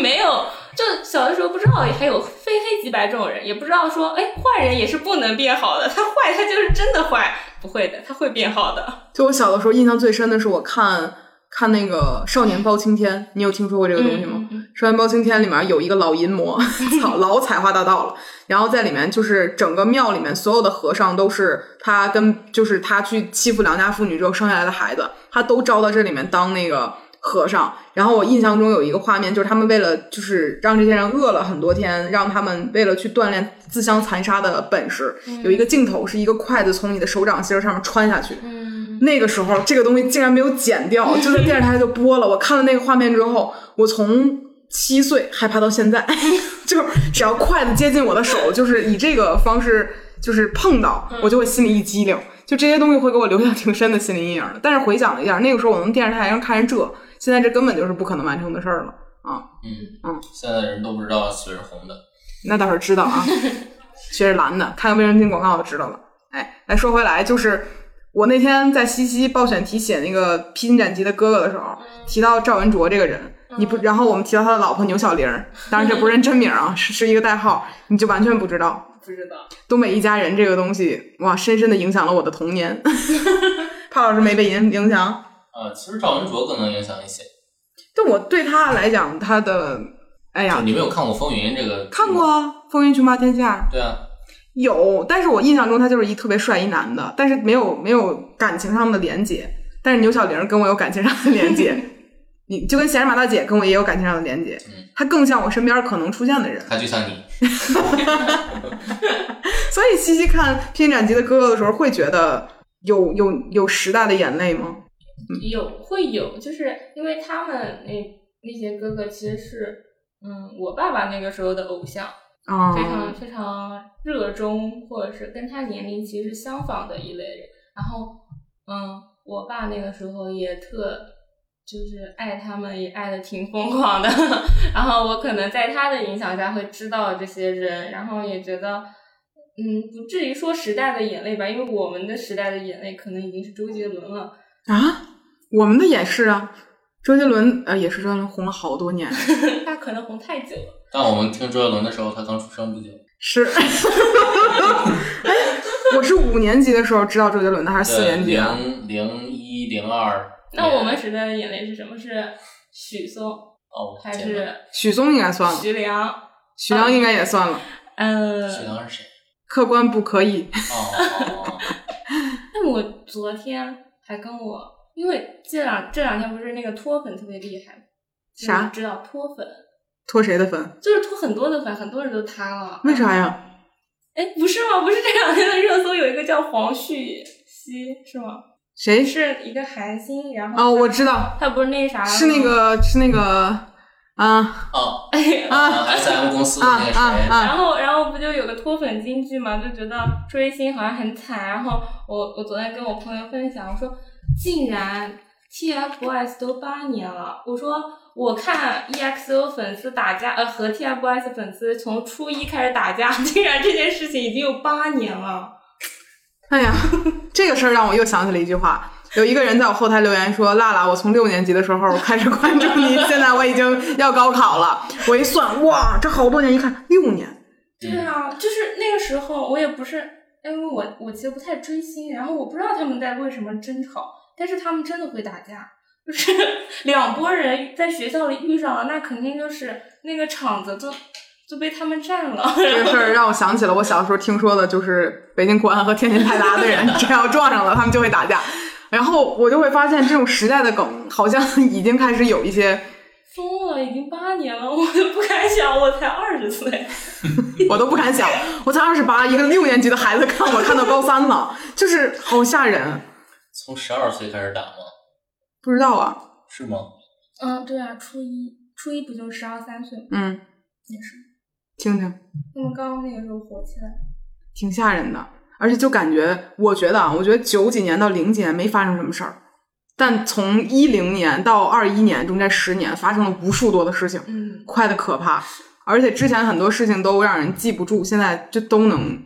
[SPEAKER 1] 没有。就小的时候不知道还有非黑即白这种人，也不知道说，哎，坏人也是不能变好的，他坏他就是真的坏，不会的，他会变好的。
[SPEAKER 2] 就我小的时候，印象最深的是我看看那个《少年包青天》，你有听说过这个东西吗？
[SPEAKER 1] 嗯嗯
[SPEAKER 2] 《少年包青天》里面有一个老淫魔，操，老采花大盗了。然后在里面就是整个庙里面所有的和尚都是他跟就是他去欺负良家妇女之后生下来的孩子，他都招到这里面当那个和尚。然后我印象中有一个画面，就是他们为了就是让这些人饿了很多天，让他们为了去锻炼自相残杀的本事，
[SPEAKER 1] 嗯
[SPEAKER 2] 有一个镜头是一个筷子从你的手掌心儿上面穿下去，
[SPEAKER 1] 嗯，
[SPEAKER 2] 那个时候这个东西竟然没有剪掉，就在电视台就播了。我看了那个画面之后，我从七岁害怕到现在，就是只要筷子接近我的手，就是以这个方式就是碰到，我就会心里一激灵。就这些东西会给我留下挺深的心理阴影的。但是回想了一下，那个时候我能电视台上看见这，现在这根本就是不可能完成的事儿了。
[SPEAKER 3] 现在人都不知道血是红的。
[SPEAKER 2] 那倒是知道啊，学着蓝的，看个卫生巾广告就知道了。哎，来说回来，就是我那天在西西报选题写那个《披荆斩棘的哥哥》的时候，提到赵文卓这个人，你不，然后我们提到他的老婆牛小玲儿，当然这不是人真名啊，是是一个代号，你就完全不知道。
[SPEAKER 1] 不知道。
[SPEAKER 2] 东北一家人这个东西，哇，深深的影响了我的童年。 帕老师没被影影响，
[SPEAKER 3] 呃，其实赵文卓更能影响一些。
[SPEAKER 2] 但我对他来讲，他的，哎
[SPEAKER 3] 就
[SPEAKER 2] 呀，
[SPEAKER 3] 你没有看过《风云》这个？
[SPEAKER 2] 看过。啊《风云雄霸天下》，
[SPEAKER 3] 对啊，
[SPEAKER 2] 有，但是我印象中他就是一特别帅一男的，但是没有没有感情上的连接。但是牛小玲跟我有感情上的连接，你就跟闲人马大姐跟我也有感情上的连接
[SPEAKER 3] 嗯，
[SPEAKER 2] 他更像我身边可能出现的人。
[SPEAKER 3] 他就像你，
[SPEAKER 2] 所以西西看《披荆斩棘的哥哥》的时候，会觉得有有有时代的眼泪吗？
[SPEAKER 1] 有会有，就是因为他们那那些哥哥其实是，嗯，我爸爸那个时候的偶像，
[SPEAKER 2] 啊、
[SPEAKER 1] 非常非常热衷，或者是跟他年龄其实相仿的一类人。然后嗯，我爸那个时候也特就是爱他们，也爱的挺疯狂的。 然后我可能在他的影响下会知道这些人，然后也觉得，嗯，不至于说时代的眼泪吧，因为我们的时代的眼泪可能已经是周杰伦了。
[SPEAKER 2] 啊，我们的也是啊，周杰伦呃也是周杰伦红了好多年，
[SPEAKER 1] 他可能红太久了。
[SPEAKER 3] 但我们听周杰伦的时候，他刚出生不久。
[SPEAKER 2] 是，哎，我是五年级的时候知道周杰伦的，还是四
[SPEAKER 3] 对，
[SPEAKER 2] 年级啊？
[SPEAKER 3] 零零一零二。
[SPEAKER 1] 那我们时代的眼泪是什么？是许嵩
[SPEAKER 3] 哦，
[SPEAKER 1] 还
[SPEAKER 3] 天哪
[SPEAKER 1] 是
[SPEAKER 2] 许嵩应该算了，
[SPEAKER 1] 徐良？
[SPEAKER 2] 许良应该也算了，
[SPEAKER 1] 嗯，
[SPEAKER 3] 徐良是谁？
[SPEAKER 2] 客观不可以。
[SPEAKER 3] 哦，哦哦
[SPEAKER 1] 那我昨天还跟我，因为这两这两天不是那个脱粉特别厉害吗，
[SPEAKER 2] 啥
[SPEAKER 1] 你知道脱粉
[SPEAKER 2] 脱谁的粉？
[SPEAKER 1] 就是脱很多的粉，很多人都塌了。
[SPEAKER 2] 为啥？呀？
[SPEAKER 1] 哎，不是吗？不是这两天的热搜有一个叫黄旭熙是吗？
[SPEAKER 2] 谁？
[SPEAKER 1] 是一个韩星，然后
[SPEAKER 2] 哦，我知道，
[SPEAKER 1] 他不是那啥了吗
[SPEAKER 2] 是那个是那个，啊
[SPEAKER 3] 哦
[SPEAKER 1] 哎。
[SPEAKER 2] 啊
[SPEAKER 3] 哦，S M 公司的
[SPEAKER 2] 啊
[SPEAKER 3] 那个
[SPEAKER 2] 啊
[SPEAKER 3] 谁，
[SPEAKER 2] 啊！
[SPEAKER 1] 然后，然后不就有个脱粉金句嘛，就觉得追星好像很惨。然后我我昨天跟我朋友分享，我说竟然 TFBOYS 都八年了，我说我看 EXO 粉丝打架，呃，和 TFBOYS 粉丝从初一开始打架，竟然这件事情已经有八年了。
[SPEAKER 2] 哎呀，这个事儿让我又想起了一句话。有一个人在我后台留言说：“辣辣，我从六年级的时候开始关注你，现在我已经要高考了。”我一算，哇，这好多年，一看六年，
[SPEAKER 1] 对啊，就是那个时候我也不是，因为我我其实不太追星，然后我不知道他们在为什么争吵，但是他们真的会打架，就是 两拨人在学校里遇上了，那肯定就是那个场子就就被他们占了。
[SPEAKER 2] 这个事儿让我想起了我小时候听说的，就是北京国安和天津泰达的人，只要撞上了，他们就会打架。然后我就会发现，这种时代的梗好像已经开始有一些，
[SPEAKER 1] 疯了，已经八年了，我都不敢想，我才二十岁。
[SPEAKER 2] 我都不敢想。我才二十八，一个六年级的孩子看我看到高三了，就是好吓人。
[SPEAKER 3] 从十二岁开始打吗？
[SPEAKER 2] 不知道啊，
[SPEAKER 3] 是吗？
[SPEAKER 1] 嗯，对啊，初一初一不就十二三岁吗？
[SPEAKER 2] 嗯，
[SPEAKER 1] 也是，
[SPEAKER 2] 听听。
[SPEAKER 1] 他们刚刚那个时候火起来。
[SPEAKER 2] 挺吓人的，而且就感觉，我觉得啊，我觉得九几年到零几年没发生什么事儿，但从一零年到二一年中间十年发生了无数多的事情，
[SPEAKER 1] 嗯，
[SPEAKER 2] 快的可怕，而且之前很多事情都让人记不住，现在就都能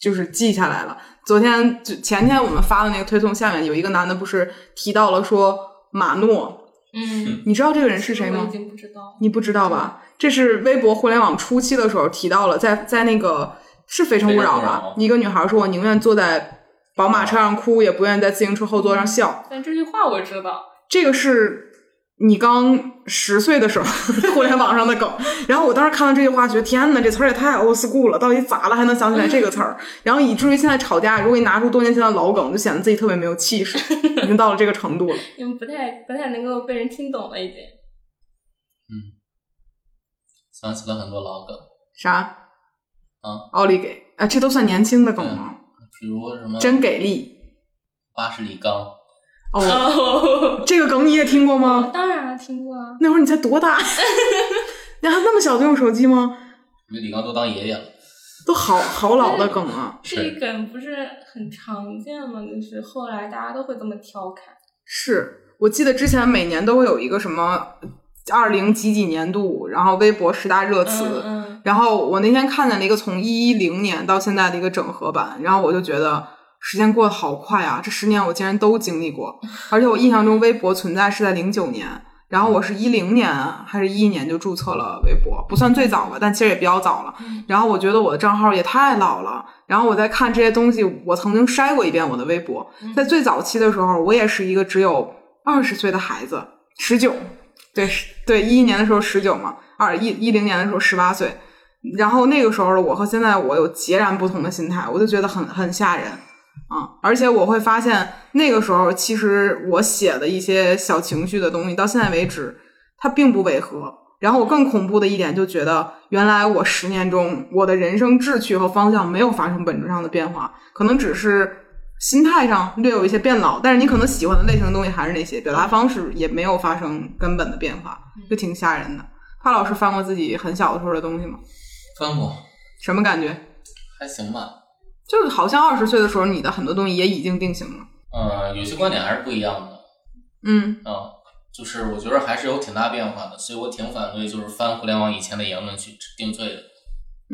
[SPEAKER 2] 就是记下来了。昨天就前天我们发的那个推送下面有一个男的不是提到了说马诺，
[SPEAKER 1] 嗯，
[SPEAKER 2] 你知道这个人是谁吗？
[SPEAKER 1] 我已经不知道了。
[SPEAKER 2] 你不知道吧？这是微博互联网初期的时候提到了，在在那个是《非诚勿扰》
[SPEAKER 3] 非诚勿
[SPEAKER 2] 吧
[SPEAKER 3] 扰，
[SPEAKER 2] 一个女孩说：“我宁愿坐在宝马车上哭，也不愿意在自行车后座上笑。
[SPEAKER 1] 但这句话我知道。”
[SPEAKER 2] 这个是你刚十岁的时候 互联网上的梗。然后我当时看到这句话，觉得天哪，这词儿也太 old school 了，到底咋了还能想起来这个词儿？ 然后以至于现在吵架，如果你拿出多年前的老梗，就显得自己特别没有气势，已经到了这个程度了。
[SPEAKER 1] 你们不太不太能够被人听懂了，已经。
[SPEAKER 3] 想起了很多老梗，
[SPEAKER 2] 啥？
[SPEAKER 3] 啊，
[SPEAKER 2] 奥利给啊，这都算年轻的梗吗？
[SPEAKER 3] 比如什么
[SPEAKER 2] 真给力。
[SPEAKER 3] 八十里钢，
[SPEAKER 2] 哦，
[SPEAKER 1] 哦，
[SPEAKER 2] 这个梗你也听过
[SPEAKER 1] 我
[SPEAKER 2] 吗？
[SPEAKER 1] 当然听过啊。
[SPEAKER 2] 那会儿你才多大？你还那么小就用手机吗？
[SPEAKER 3] 因为李刚都当爷爷了。
[SPEAKER 2] 都好好老的梗啊！
[SPEAKER 1] 这一梗不是很常见吗？就是后来大家都会这么调侃。
[SPEAKER 2] 是我记得之前每年都会有一个什么二零几几年度，然后微博十大热词。
[SPEAKER 1] 嗯嗯，
[SPEAKER 2] 然后我那天看见了一个从一零年到现在的一个整合版，然后我就觉得时间过得好快啊！这十年我竟然都经历过，而且我印象中微博存在是在零九年，然后我是一零年啊还是一一年就注册了微博，不算最早吧，但其实也比较早了
[SPEAKER 1] 嗯。
[SPEAKER 2] 然后我觉得我的账号也太老了，然后我在看这些东西，我曾经筛过一遍我的微博，
[SPEAKER 1] 嗯
[SPEAKER 2] 在最早期的时候，我也是一个只有二十岁的孩子，十九，对十对，一一年的时候十九嘛，二一一零年的时候十八岁，然后那个时候的我和现在我有截然不同的心态，我就觉得很很吓人啊！而且我会发现，那个时候其实我写的一些小情绪的东西，到现在为止，它并不违和。然后我更恐怖的一点，就觉得原来我十年中我的人生志趣和方向没有发生本质上的变化，可能只是心态上略有一些变老，但是你可能喜欢的类型的东西还是那些，表达方式也没有发生根本的变化，就挺吓人的。帕老师翻过自己很小的时候的东西吗？
[SPEAKER 3] 翻过
[SPEAKER 2] 什么感觉？
[SPEAKER 3] 还行吧，
[SPEAKER 2] 就是好像二十岁的时候，你的很多东西也已经定型了。
[SPEAKER 3] 呃，有些观点还是不一样的。
[SPEAKER 2] 嗯
[SPEAKER 3] 嗯，就是我觉得还是有挺大变化的，所以我挺反对就是翻互联网以前的言论去定罪的。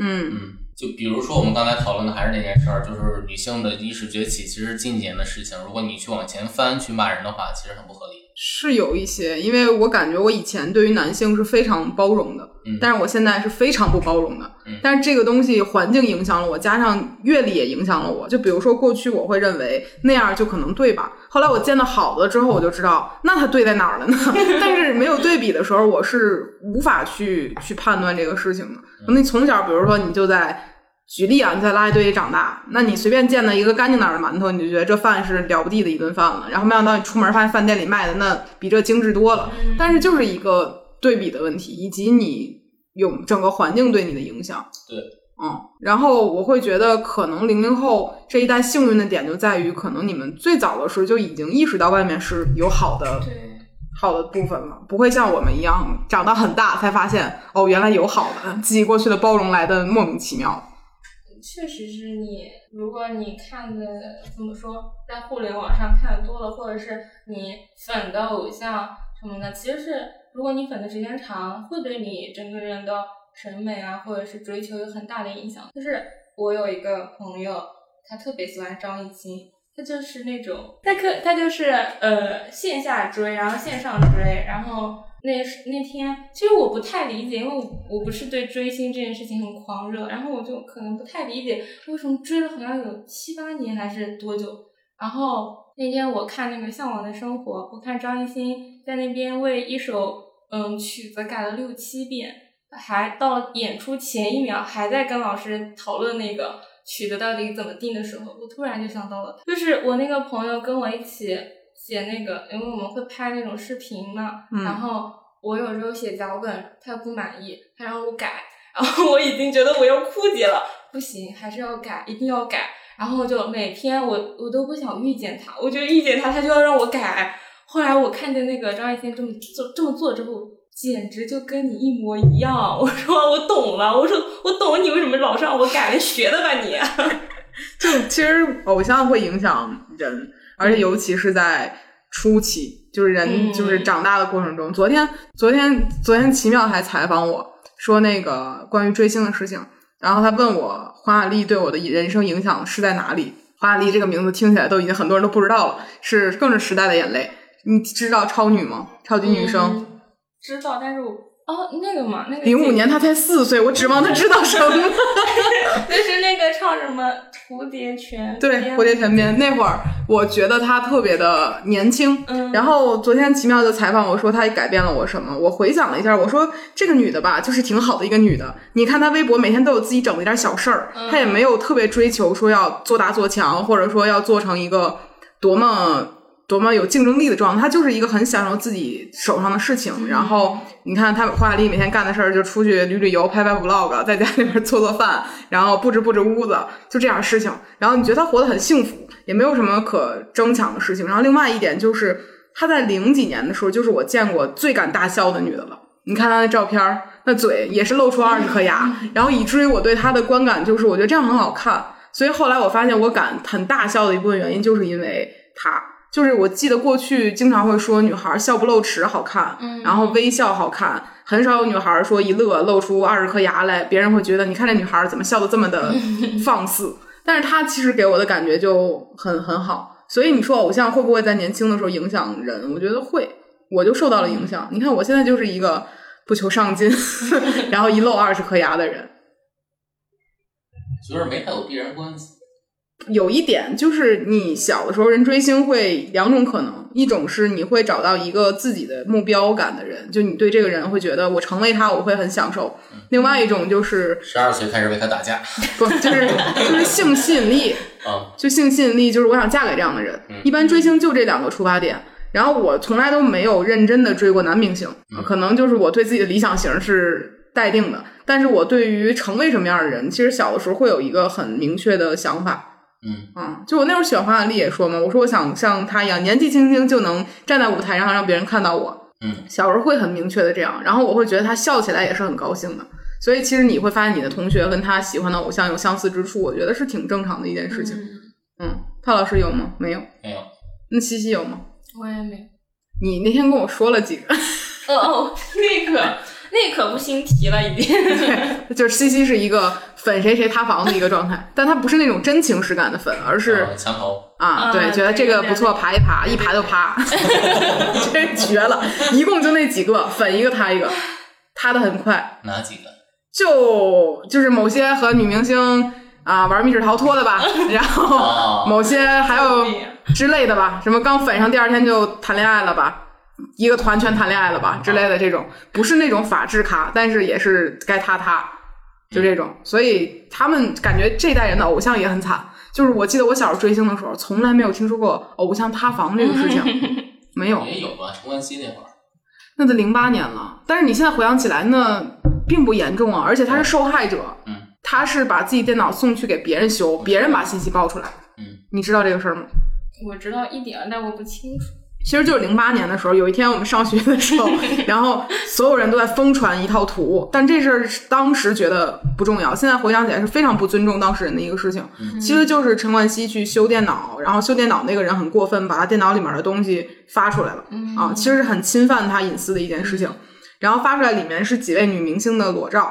[SPEAKER 2] 嗯
[SPEAKER 3] 嗯，就比如说我们刚才讨论的还是那件事儿，就是女性的意识崛起，其实是近几年的事情。如果你去往前翻去骂人的话，其实很不合理。
[SPEAKER 2] 是有一些，因为我感觉我以前对于男性是非常包容的，
[SPEAKER 3] 嗯
[SPEAKER 2] 但是我现在是非常不包容的。
[SPEAKER 3] 嗯
[SPEAKER 2] 但是这个东西环境影响了我，加上阅历也影响了我。就比如说过去我会认为那样就可能对吧，后来我见到好的之后，我就知道
[SPEAKER 3] 嗯
[SPEAKER 2] 那它对在哪儿 了呢？但是没有对比的时候，我是无法去去判断这个事情的。
[SPEAKER 3] 嗯
[SPEAKER 2] 那你从小，比如说你就在。举例啊，你在垃圾堆里长大，那你随便见到一个干净点儿的馒头，你就觉得这饭是了不地的一顿饭了。然后没想到你出门发现饭店里卖的那比这精致多了，
[SPEAKER 1] 嗯
[SPEAKER 2] 但是就是一个对比的问题，以及你有整个环境对你的影响。
[SPEAKER 3] 对，
[SPEAKER 2] 嗯，然后我会觉得，可能零零后这一代幸运的点就在于，可能你们最早的时候就已经意识到外面是有好的
[SPEAKER 1] 对，
[SPEAKER 2] 好的部分了，不会像我们一样长到很大才发现哦，原来有好的，自己过去的包容来的莫名其妙。
[SPEAKER 1] 确实是你，如果你看的怎么说，在互联网上看得多了，或者是你粉的偶像什么的，其实是如果你粉的时间长，会对你整个人的审美啊，或者是追求有很大的影响。就是我有一个朋友，他特别喜欢张艺兴。他就是那种，他可他就是呃线下追，然后线上追，然后那是那天其实我不太理解，因为我我不是对追星这件事情很狂热，然后我就可能不太理解为什么追了好像有七八年还是多久。然后那天我看那个《向往的生活》，我看张艺兴在那边为一首嗯曲子改了六七遍，还到演出前一秒还在跟老师讨论那个曲子到底怎么定的时候，我突然就想到了他，就是我那个朋友跟我一起写那个，因为我们会拍那种视频嘛，
[SPEAKER 2] 嗯
[SPEAKER 1] 然后我有时候写脚本，他不满意，他让我改，然后我已经觉得我要枯竭了，不行，还是要改，一定要改。然后就每天我我都不想遇见他，我就遇见他，他就要让我改。后来我看见那个张艺兴这么做这么做之后，简直就跟你一模一样。我说我懂了，我说我懂你为什么老是让我改，学的吧你。
[SPEAKER 2] 嗯就其实偶像会影响人，而且尤其是在初期，就是人
[SPEAKER 1] 嗯
[SPEAKER 2] 就是长大的过程中。昨天昨天昨天奇妙还采访我说那个关于追星的事情，然后他问我黄雅莉对我的人生影响是在哪里？黄雅莉这个名字听起来都已经很多人都不知道了，是更是时代的眼泪。你知道超女吗？超级女声。
[SPEAKER 1] 嗯知道，但是我哦那个嘛，那个
[SPEAKER 2] 零 五年他才四岁，我指望他知道什么？
[SPEAKER 1] 就是那个唱什么蝴蝶泉
[SPEAKER 2] 对，
[SPEAKER 1] 边
[SPEAKER 2] 《蝴蝶泉边》那会儿，我觉得他特别的年轻。
[SPEAKER 1] 嗯，
[SPEAKER 2] 然后昨天奇妙就采访我说，他改变了我什么？我回想了一下，我说这个女的吧，就是挺好的一个女的。你看她微博每天都有自己整的一点小事儿，
[SPEAKER 1] 嗯
[SPEAKER 2] 她也没有特别追求说要做大做强，或者说要做成一个多么多么有竞争力的状态。她就是一个很享受自己手上的事情。
[SPEAKER 1] 嗯
[SPEAKER 2] 然后你看她花雅丽每天干的事儿，就出去旅旅游、拍拍 vlog，在家里边做做饭，然后布置布置屋子，就这样的事情。然后你觉得她活得很幸福，也没有什么可争抢的事情。然后另外一点就是，她在零几年的时候，就是我见过最敢大笑的女的了。你看她的照片儿，那嘴也是露出二十颗牙，然后以至于我对她的观感就是，我觉得这样很好看。所以后来我发现，我敢很大笑的一部分原因，就是因为她。就是我记得过去经常会说女孩笑不露齿好看，
[SPEAKER 1] 嗯
[SPEAKER 2] 然后微笑好看，很少有女孩说一乐露出二十颗牙来，别人会觉得你看这女孩怎么笑的这么的放肆。但是她其实给我的感觉就很很好，所以你说偶像会不会在年轻的时候影响人？我觉得会，我就受到了影响。你看我现在就是一个不求上进， 然后一露二十颗牙的人。
[SPEAKER 3] 就是没太有必然关系。
[SPEAKER 2] 有一点就是，你小的时候人追星会两种可能，一种是你会找到一个自己的目标感的人，就你对这个人会觉得我成为他我会很享受；另外一种就是
[SPEAKER 3] 十二岁开始为他打架，
[SPEAKER 2] 不就是就是性吸引力，
[SPEAKER 3] 啊、
[SPEAKER 2] 就性吸引力，就是我想嫁给这样的人
[SPEAKER 3] 嗯。
[SPEAKER 2] 一般追星就这两个出发点。然后我从来都没有认真的追过男明星，
[SPEAKER 3] 嗯
[SPEAKER 2] 可能就是我对自己的理想型是待定的，但是我对于成为什么样的人，其实小的时候会有一个很明确的想法。
[SPEAKER 3] 嗯
[SPEAKER 2] 嗯，就我那会儿喜欢黄雅莉也说嘛，我说我想像她一样，年纪轻轻就能站在舞台上让别人看到我。
[SPEAKER 3] 嗯，
[SPEAKER 2] 小时候会很明确的这样，然后我会觉得他笑起来也是很高兴的。所以其实你会发现你的同学跟他喜欢的偶像有相似之处，我觉得是挺正常的一件事情。
[SPEAKER 1] 嗯
[SPEAKER 2] 嗯，帕老师有吗？没有。
[SPEAKER 3] 没有，
[SPEAKER 2] 那西西有吗？
[SPEAKER 4] 我也没有。
[SPEAKER 2] 你那天跟我说了几个，
[SPEAKER 1] 哦哦，那可那可不新提了，已经。
[SPEAKER 2] 就是西西是一个粉谁谁塌房的一个状态，但他不是那种真情实感的粉，而是
[SPEAKER 3] 啊墙头，
[SPEAKER 2] 啊，
[SPEAKER 1] 啊
[SPEAKER 2] 对，觉得这个不错，爬一爬，一爬就爬， 真绝了！一共就那几个，粉一个塌一个，塌的很快，
[SPEAKER 3] 哪几个？
[SPEAKER 2] 就就是某些和女明星啊玩密室逃脱的吧，然后
[SPEAKER 3] 啊，
[SPEAKER 2] 某些还有之类的吧，什么刚粉上第二天就谈恋爱了吧，一个团全谈恋爱了吧之类的这种，不是那种法制咖，但是也是该塌塌，就这种。所以他们感觉这代人的偶像也很惨。就是我记得我小时候追星的时候，从来没有听说过偶像塌房这个事情，没有。
[SPEAKER 3] 也有吧，陈冠希那会儿，
[SPEAKER 2] 那都零八年了，但是你现在回想起来，那并不严重啊，而且他是受害者，
[SPEAKER 3] 嗯，
[SPEAKER 2] 他是把自己电脑送去给别人修，别人把信息爆出来，
[SPEAKER 3] 嗯，
[SPEAKER 2] 你知道这个事儿吗？
[SPEAKER 1] 我知道一点儿，但我不清楚。
[SPEAKER 2] 其实就是零八年的时候，有一天我们上学的时 候，然后所有人都在疯传一套图，但这事儿是当时觉得不重要，现在回想起来是非常不尊重当事人的一个事情。
[SPEAKER 3] 嗯
[SPEAKER 2] 其实就是陈冠希去修电脑，然后修电脑那个人很过分，把他电脑里面的东西发出来了，
[SPEAKER 1] 嗯
[SPEAKER 2] 啊，其实是很侵犯他隐私的一件事情。然后发出来里面是几位女明星的裸照，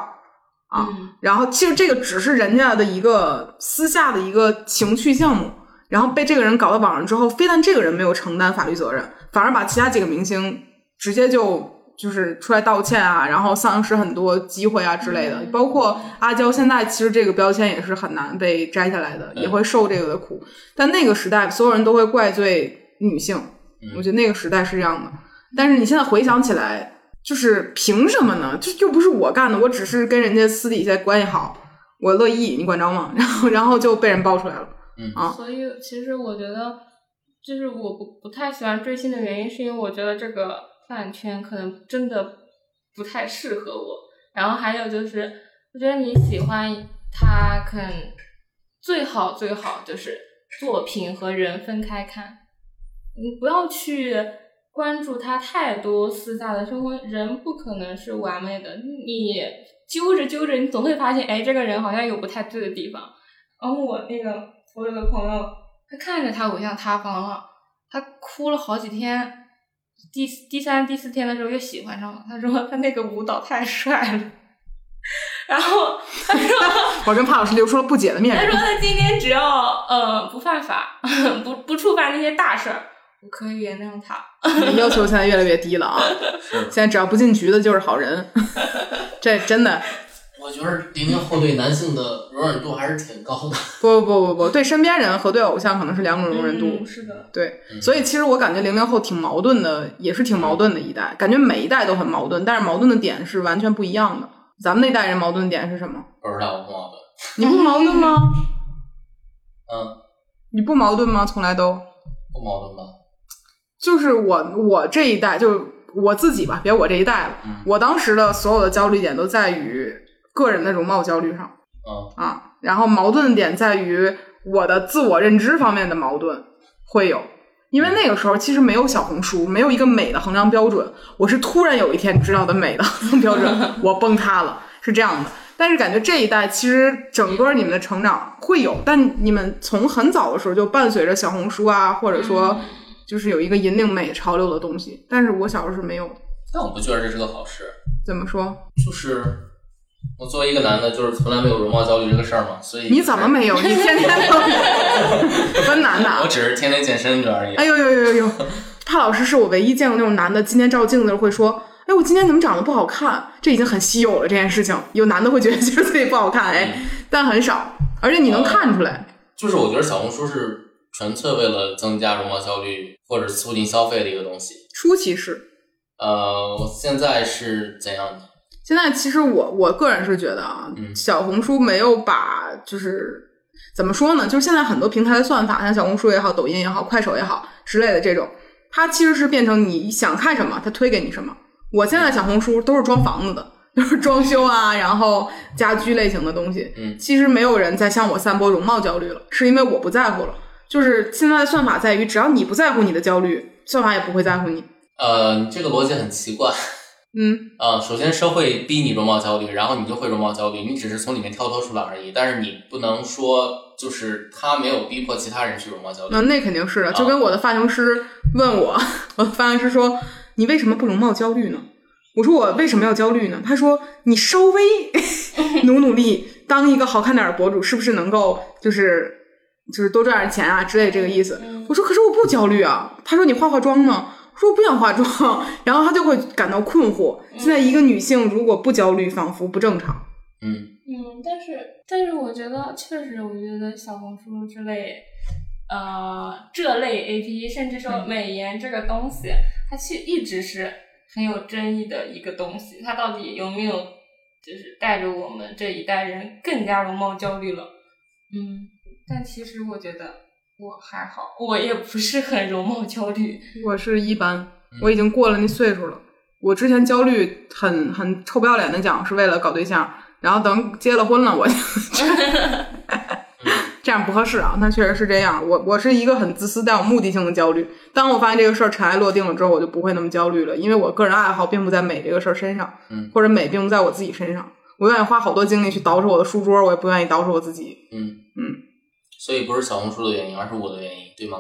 [SPEAKER 2] 啊
[SPEAKER 1] 嗯
[SPEAKER 2] 然后其实这个只是人家的一个私下的一个情趣项目，然后被这个人搞到网上之后，非但这个人没有承担法律责任，反而把其他几个明星直接就就是出来道歉啊，然后丧失很多机会啊之类
[SPEAKER 3] 嗯
[SPEAKER 2] 的。包括阿娇现在其实这个标签也是很难被摘下来的，
[SPEAKER 3] 嗯
[SPEAKER 2] 也会受这个的苦。但那个时代，所有人都会怪罪女性，
[SPEAKER 3] 嗯
[SPEAKER 2] 我觉得那个时代是这样的。但是你现在回想起来，就是凭什么呢？这又不是我干的，我只是跟人家私底下关系好，我乐意，你管着吗？ 然后然后就被人爆出来了。啊
[SPEAKER 1] 所以其实我觉得，就是我不不太喜欢追星的原因，是因为我觉得这个饭圈可能真的不太适合我。然后还有就是，我觉得你喜欢他，可能最好最好就是作品和人分开看，你不要去关注他太多私下的生活。人不可能是完美的，你揪着揪着，你总会发现，哎，这个人好像有不太对的地方。然后我那个我有个朋友，他看着他偶像塌房了，他哭了好几天，第第三、第四天的时候又喜欢上了。他说他那个舞蹈太帅了， 然 后他说
[SPEAKER 2] 我跟帕老师流出了不解的面
[SPEAKER 1] 他说
[SPEAKER 2] 容。
[SPEAKER 1] 他今天只要呃不犯法， 不不触犯那些大事儿，我可以原谅他。
[SPEAKER 2] 要求现在越来越低了啊！
[SPEAKER 3] 是
[SPEAKER 2] 现在只要不进局的就是好人， 这真的
[SPEAKER 3] 我觉得零零后对男性的容忍度还是挺高的。
[SPEAKER 2] 不不不不不，对身边人和对偶像可能是两种容忍度。
[SPEAKER 1] 嗯是的，
[SPEAKER 2] 对，
[SPEAKER 3] 嗯
[SPEAKER 2] 所以其实我感觉零零后挺矛盾的，也是挺矛盾的一代，感觉每一代都很矛盾，但是矛盾的点是完全不一样的。咱们那代人矛盾的点是什么？
[SPEAKER 3] 不知道我不矛盾。
[SPEAKER 2] 你不矛盾吗？
[SPEAKER 3] 嗯，
[SPEAKER 2] 你不矛盾吗？从来都
[SPEAKER 3] 不矛盾吧？
[SPEAKER 2] 就是我我这一代，就是我自己吧，别我这一代了。
[SPEAKER 3] 嗯
[SPEAKER 2] 我当时的所有的焦虑点都在于个人的容貌焦虑上
[SPEAKER 3] 嗯，
[SPEAKER 2] 啊，然后矛盾点在于我的自我认知方面的矛盾会有。因为那个时候其实没有小红书，没有一个美的衡量标准。我是突然有一天知道的美的衡量标准，我崩塌了，是这样的。但是感觉这一代其实整个你们的成长会有，但你们从很早的时候就伴随着小红书啊，或者说就是有一个引领美潮流的东西。但是我小时候是没有的。
[SPEAKER 3] 但我不觉得这是个好事。
[SPEAKER 2] 怎么说？
[SPEAKER 3] 就是我作为一个男的，就是从来没有容貌焦虑这个事儿嘛，所以
[SPEAKER 2] 你怎么？没有？你天天 都分男的
[SPEAKER 3] 我
[SPEAKER 2] 啊。
[SPEAKER 3] 只是天天健身而已。啊
[SPEAKER 2] 哎呦呦呦呦呦！ 帕老师是我唯一见过那种男的，今天照镜子的时候会说：“哎，我今天怎么长得不好看？”这已经很稀有了。这件事情，有男的会觉得觉得自己不好看，哎，但很少，而且你能看出来。
[SPEAKER 3] 就是我觉得小红书是纯粹为了增加容貌焦虑或者促进消费的一个东西。
[SPEAKER 2] 初期是，
[SPEAKER 3] 呃，我现在是怎样的？
[SPEAKER 2] 现在其实我我个人是觉得啊，
[SPEAKER 3] 嗯
[SPEAKER 2] 小红书没有把就是怎么说呢，就是现在很多平台的算法，像小红书也好、抖音也好、快手也好之类的这种，它其实是变成你想看什么，它推给你什么。我现在小红书都是装房子的，就是装修啊，然后家居类型的东西。
[SPEAKER 3] 嗯
[SPEAKER 2] 其实没有人在向我散播容貌焦虑了，是因为我不在乎了。就是现在的算法在于，只要你不在乎你的焦虑，算法也不会在乎你。
[SPEAKER 3] 呃，你这个逻辑很奇怪。
[SPEAKER 2] 嗯，
[SPEAKER 3] 呃，首先社会逼你容貌焦虑，然后你就会容貌焦虑，你只是从里面跳脱出来而已。但是你不能说就是他没有逼迫其他人去容貌焦虑
[SPEAKER 2] 那。嗯那肯定是的，就跟我的发型师问我，我的发型师说：“你为什么不容貌焦虑呢？”我说：“我为什么要焦虑呢？”他说：“你稍微努努力，当一个好看点的博主，是不是能够就是就是多赚点钱啊之类这个意思？”
[SPEAKER 1] 嗯
[SPEAKER 2] 我说：“可是我不焦虑啊。”他说：“你化化妆呢？”我说：“我不想化妆。”然后他就会感到困惑。现在一个女性如果不焦虑，仿佛不正常。
[SPEAKER 3] 嗯，
[SPEAKER 1] 嗯，但是但是我觉得确实，我觉得小红书之类，呃，这类 A P P，甚至说美颜这个东西，它其实一直是很有争议的一个东西，它到底有没有就是带着我们这一代人更加容貌焦虑了？嗯，但其实我觉得我还好，我也不是很容貌焦虑。
[SPEAKER 2] 我是一般，我已经过了那岁数了。我之前焦虑很很臭不要脸的讲，是为了搞对象，然后等结了婚了，我就这样不合适啊。那确实是这样，我我是一个很自私但有目的性的焦虑。当我发现这个事儿尘埃落定了之后，我就不会那么焦虑了，因为我个人爱好并不在美这个事儿身上，
[SPEAKER 3] 嗯
[SPEAKER 2] 或者美并不在我自己身上。我愿意花好多精力去捯饬我的书桌，我也不愿意捯饬我自己。
[SPEAKER 3] 所以不是小红书的原因，而是我的原因，对吗？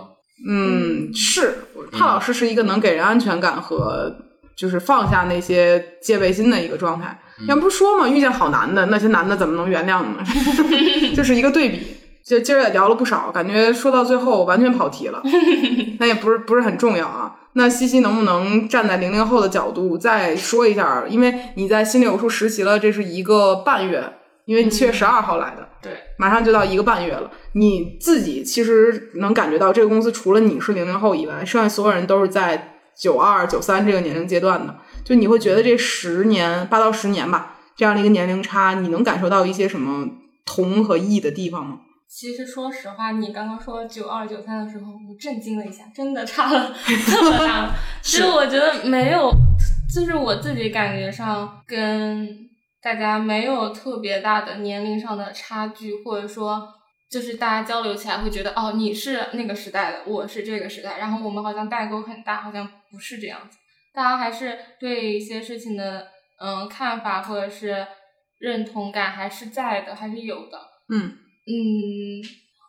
[SPEAKER 2] 嗯，是帕老师是一个能给人安全感和就是放下那些戒备心的一个状态。要不说嘛，遇见好男的，那些男的怎么能原谅呢？就是一个对比。就今儿也聊了不少，感觉说到最后完全跑题了，那也不是不是很重要啊。那西西能不能站在零零后的角度再说一下？因为你在心理有数实习了，这是一个半月，因为你七月十二号来的，
[SPEAKER 1] 对，
[SPEAKER 2] 马上就到一个半月了。你自己其实能感觉到，这个公司除了你是零零后以外，剩下所有人都是在九二、九三这个年龄阶段的。就你会觉得这十年八到十年吧，这样的一个年龄差，你能感受到一些什么同和异的地方吗？
[SPEAKER 1] 其实说实话，你刚刚说九二九三的时候，我震惊了一下，真的差了 这么大了。其实我觉得没有，就是我自己感觉上跟大家没有特别大的年龄上的差距，或者说就是大家交流起来会觉得哦，你是那个时代的，我是这个时代，然后我们好像代沟很大，好像不是这样子。大家还是对一些事情的嗯看法或者是认同感还是在的，还是有的。
[SPEAKER 2] 嗯，
[SPEAKER 1] 嗯，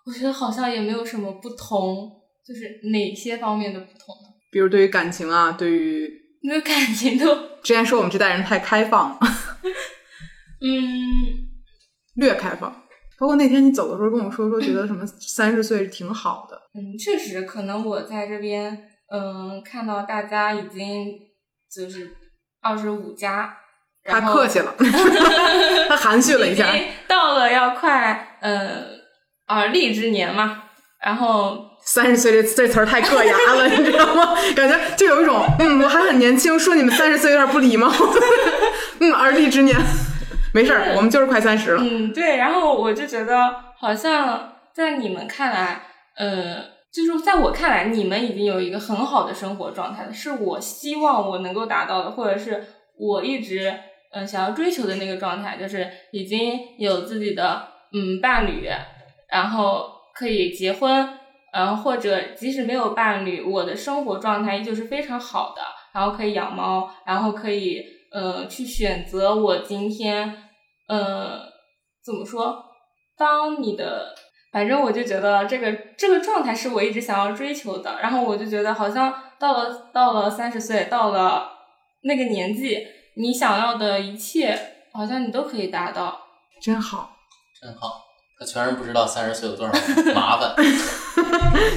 [SPEAKER 1] 我觉得好像也没有什么不同，就是哪些方面的不同呢？
[SPEAKER 2] 比如对于感情啊，对于
[SPEAKER 1] 因为感情都，
[SPEAKER 2] 之前说我们这代人太开放了，
[SPEAKER 1] 嗯，
[SPEAKER 2] 略开放。包括那天你走的时候跟我说说，觉得什么三十岁挺好的，
[SPEAKER 1] 嗯，确实，可能我在这边，嗯，看到大家已经就是二十五加，
[SPEAKER 2] 他
[SPEAKER 1] 然后
[SPEAKER 2] 客气了， 他含蓄了一下
[SPEAKER 1] 已，经到了要快呃而立之年嘛，然后
[SPEAKER 2] 三十岁这这词儿太硌牙了，你知道吗？感觉就有一种，嗯，我还很年轻，说你们三十岁有点不礼貌。 嗯，而立之年， 没事儿，我们就是快三十了。
[SPEAKER 1] 嗯，对，然后我就觉得好像在你们看来，呃，就是在我看来，你们已经有一个很好的生活状态了，是我希望我能够达到的，或者是我一直嗯、呃想要追求的那个状态，就是已经有自己的嗯伴侣，然后可以结婚，嗯、或者即使没有伴侣，我的生活状态依旧是非常好的，然后可以养猫，然后可以呃去选择我今天呃怎么说，当你的反正我就觉得这个这个状态是我一直想要追求的，然后我就觉得好像到了到了三十岁，到了那个年纪，你想要的一切好像你都可以达到。
[SPEAKER 2] 真好，
[SPEAKER 3] 真好，他全然不知道三十岁有多少麻 烦。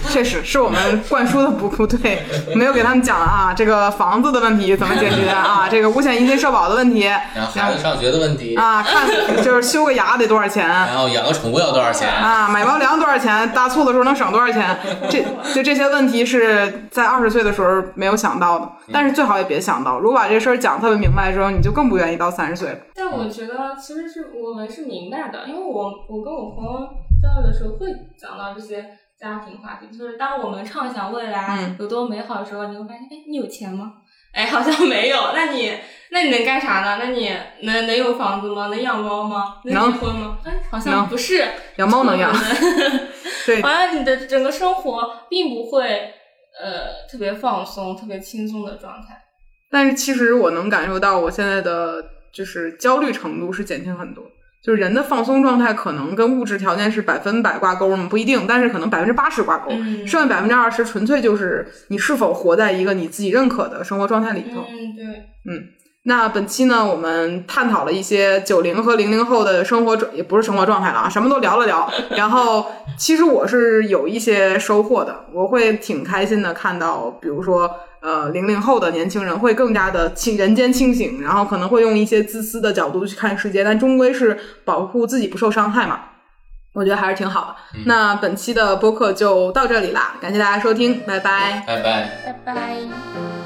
[SPEAKER 2] 确实是我们灌输的不不对， 没有给他们讲啊，这个房子的问题怎么解决啊，这个五险一金社保的问题
[SPEAKER 3] 然后孩子上学的问题，
[SPEAKER 2] 啊，看就是修个牙得多少钱。
[SPEAKER 3] 然后养个宠物要多少钱？
[SPEAKER 2] 啊，买包粮多少钱？大促的时候能省多少钱？这就这些问题是在二十岁的时候没有想到的，但是最好也别想到。如果把这事儿讲特别明白之后，你就更不愿意到三十岁了。
[SPEAKER 1] 但我觉得其实是我们是明白的，因为我我跟我朋友交流的时候会讲到这些家庭话题，就是当我们畅想未来
[SPEAKER 2] 嗯
[SPEAKER 1] 有多美好的时候，你会发现，哎，你有钱吗？哎，好像没有。那你那你能干啥呢？那你能能有房子吗？能养猫吗？
[SPEAKER 2] 能
[SPEAKER 1] 能结婚吗？哎，好
[SPEAKER 2] 能
[SPEAKER 1] 像不是。
[SPEAKER 2] 养猫能养， 对
[SPEAKER 1] 好像你的整个生活并不会呃特别放松、特别轻松的状态。
[SPEAKER 2] 但是其实我能感受到我现在的就是焦虑程度是减轻很多。就是人的放松状态可能跟物质条件是百分百挂钩吗？不一定，但是可能百分之八十挂钩，
[SPEAKER 1] 嗯
[SPEAKER 2] 剩下百分之二十纯粹就是你是否活在一个你自己认可的生活状态里头。
[SPEAKER 1] 嗯，对，
[SPEAKER 2] 那本期呢，我们探讨了一些九零和零零后的生活状，也不是生活状态了啊，什么都聊了聊。然后，其实我是有一些收获的，我会挺开心的，看到比如说，呃，零零后的年轻人会更加的清人间清醒，然后可能会用一些自私的角度去看世界，但终归是保护自己不受伤害嘛。我觉得还是挺好的。
[SPEAKER 3] 嗯
[SPEAKER 2] 那本期的播客就到这里啦，感谢大家收听，拜拜。
[SPEAKER 3] 拜拜。
[SPEAKER 5] 拜拜。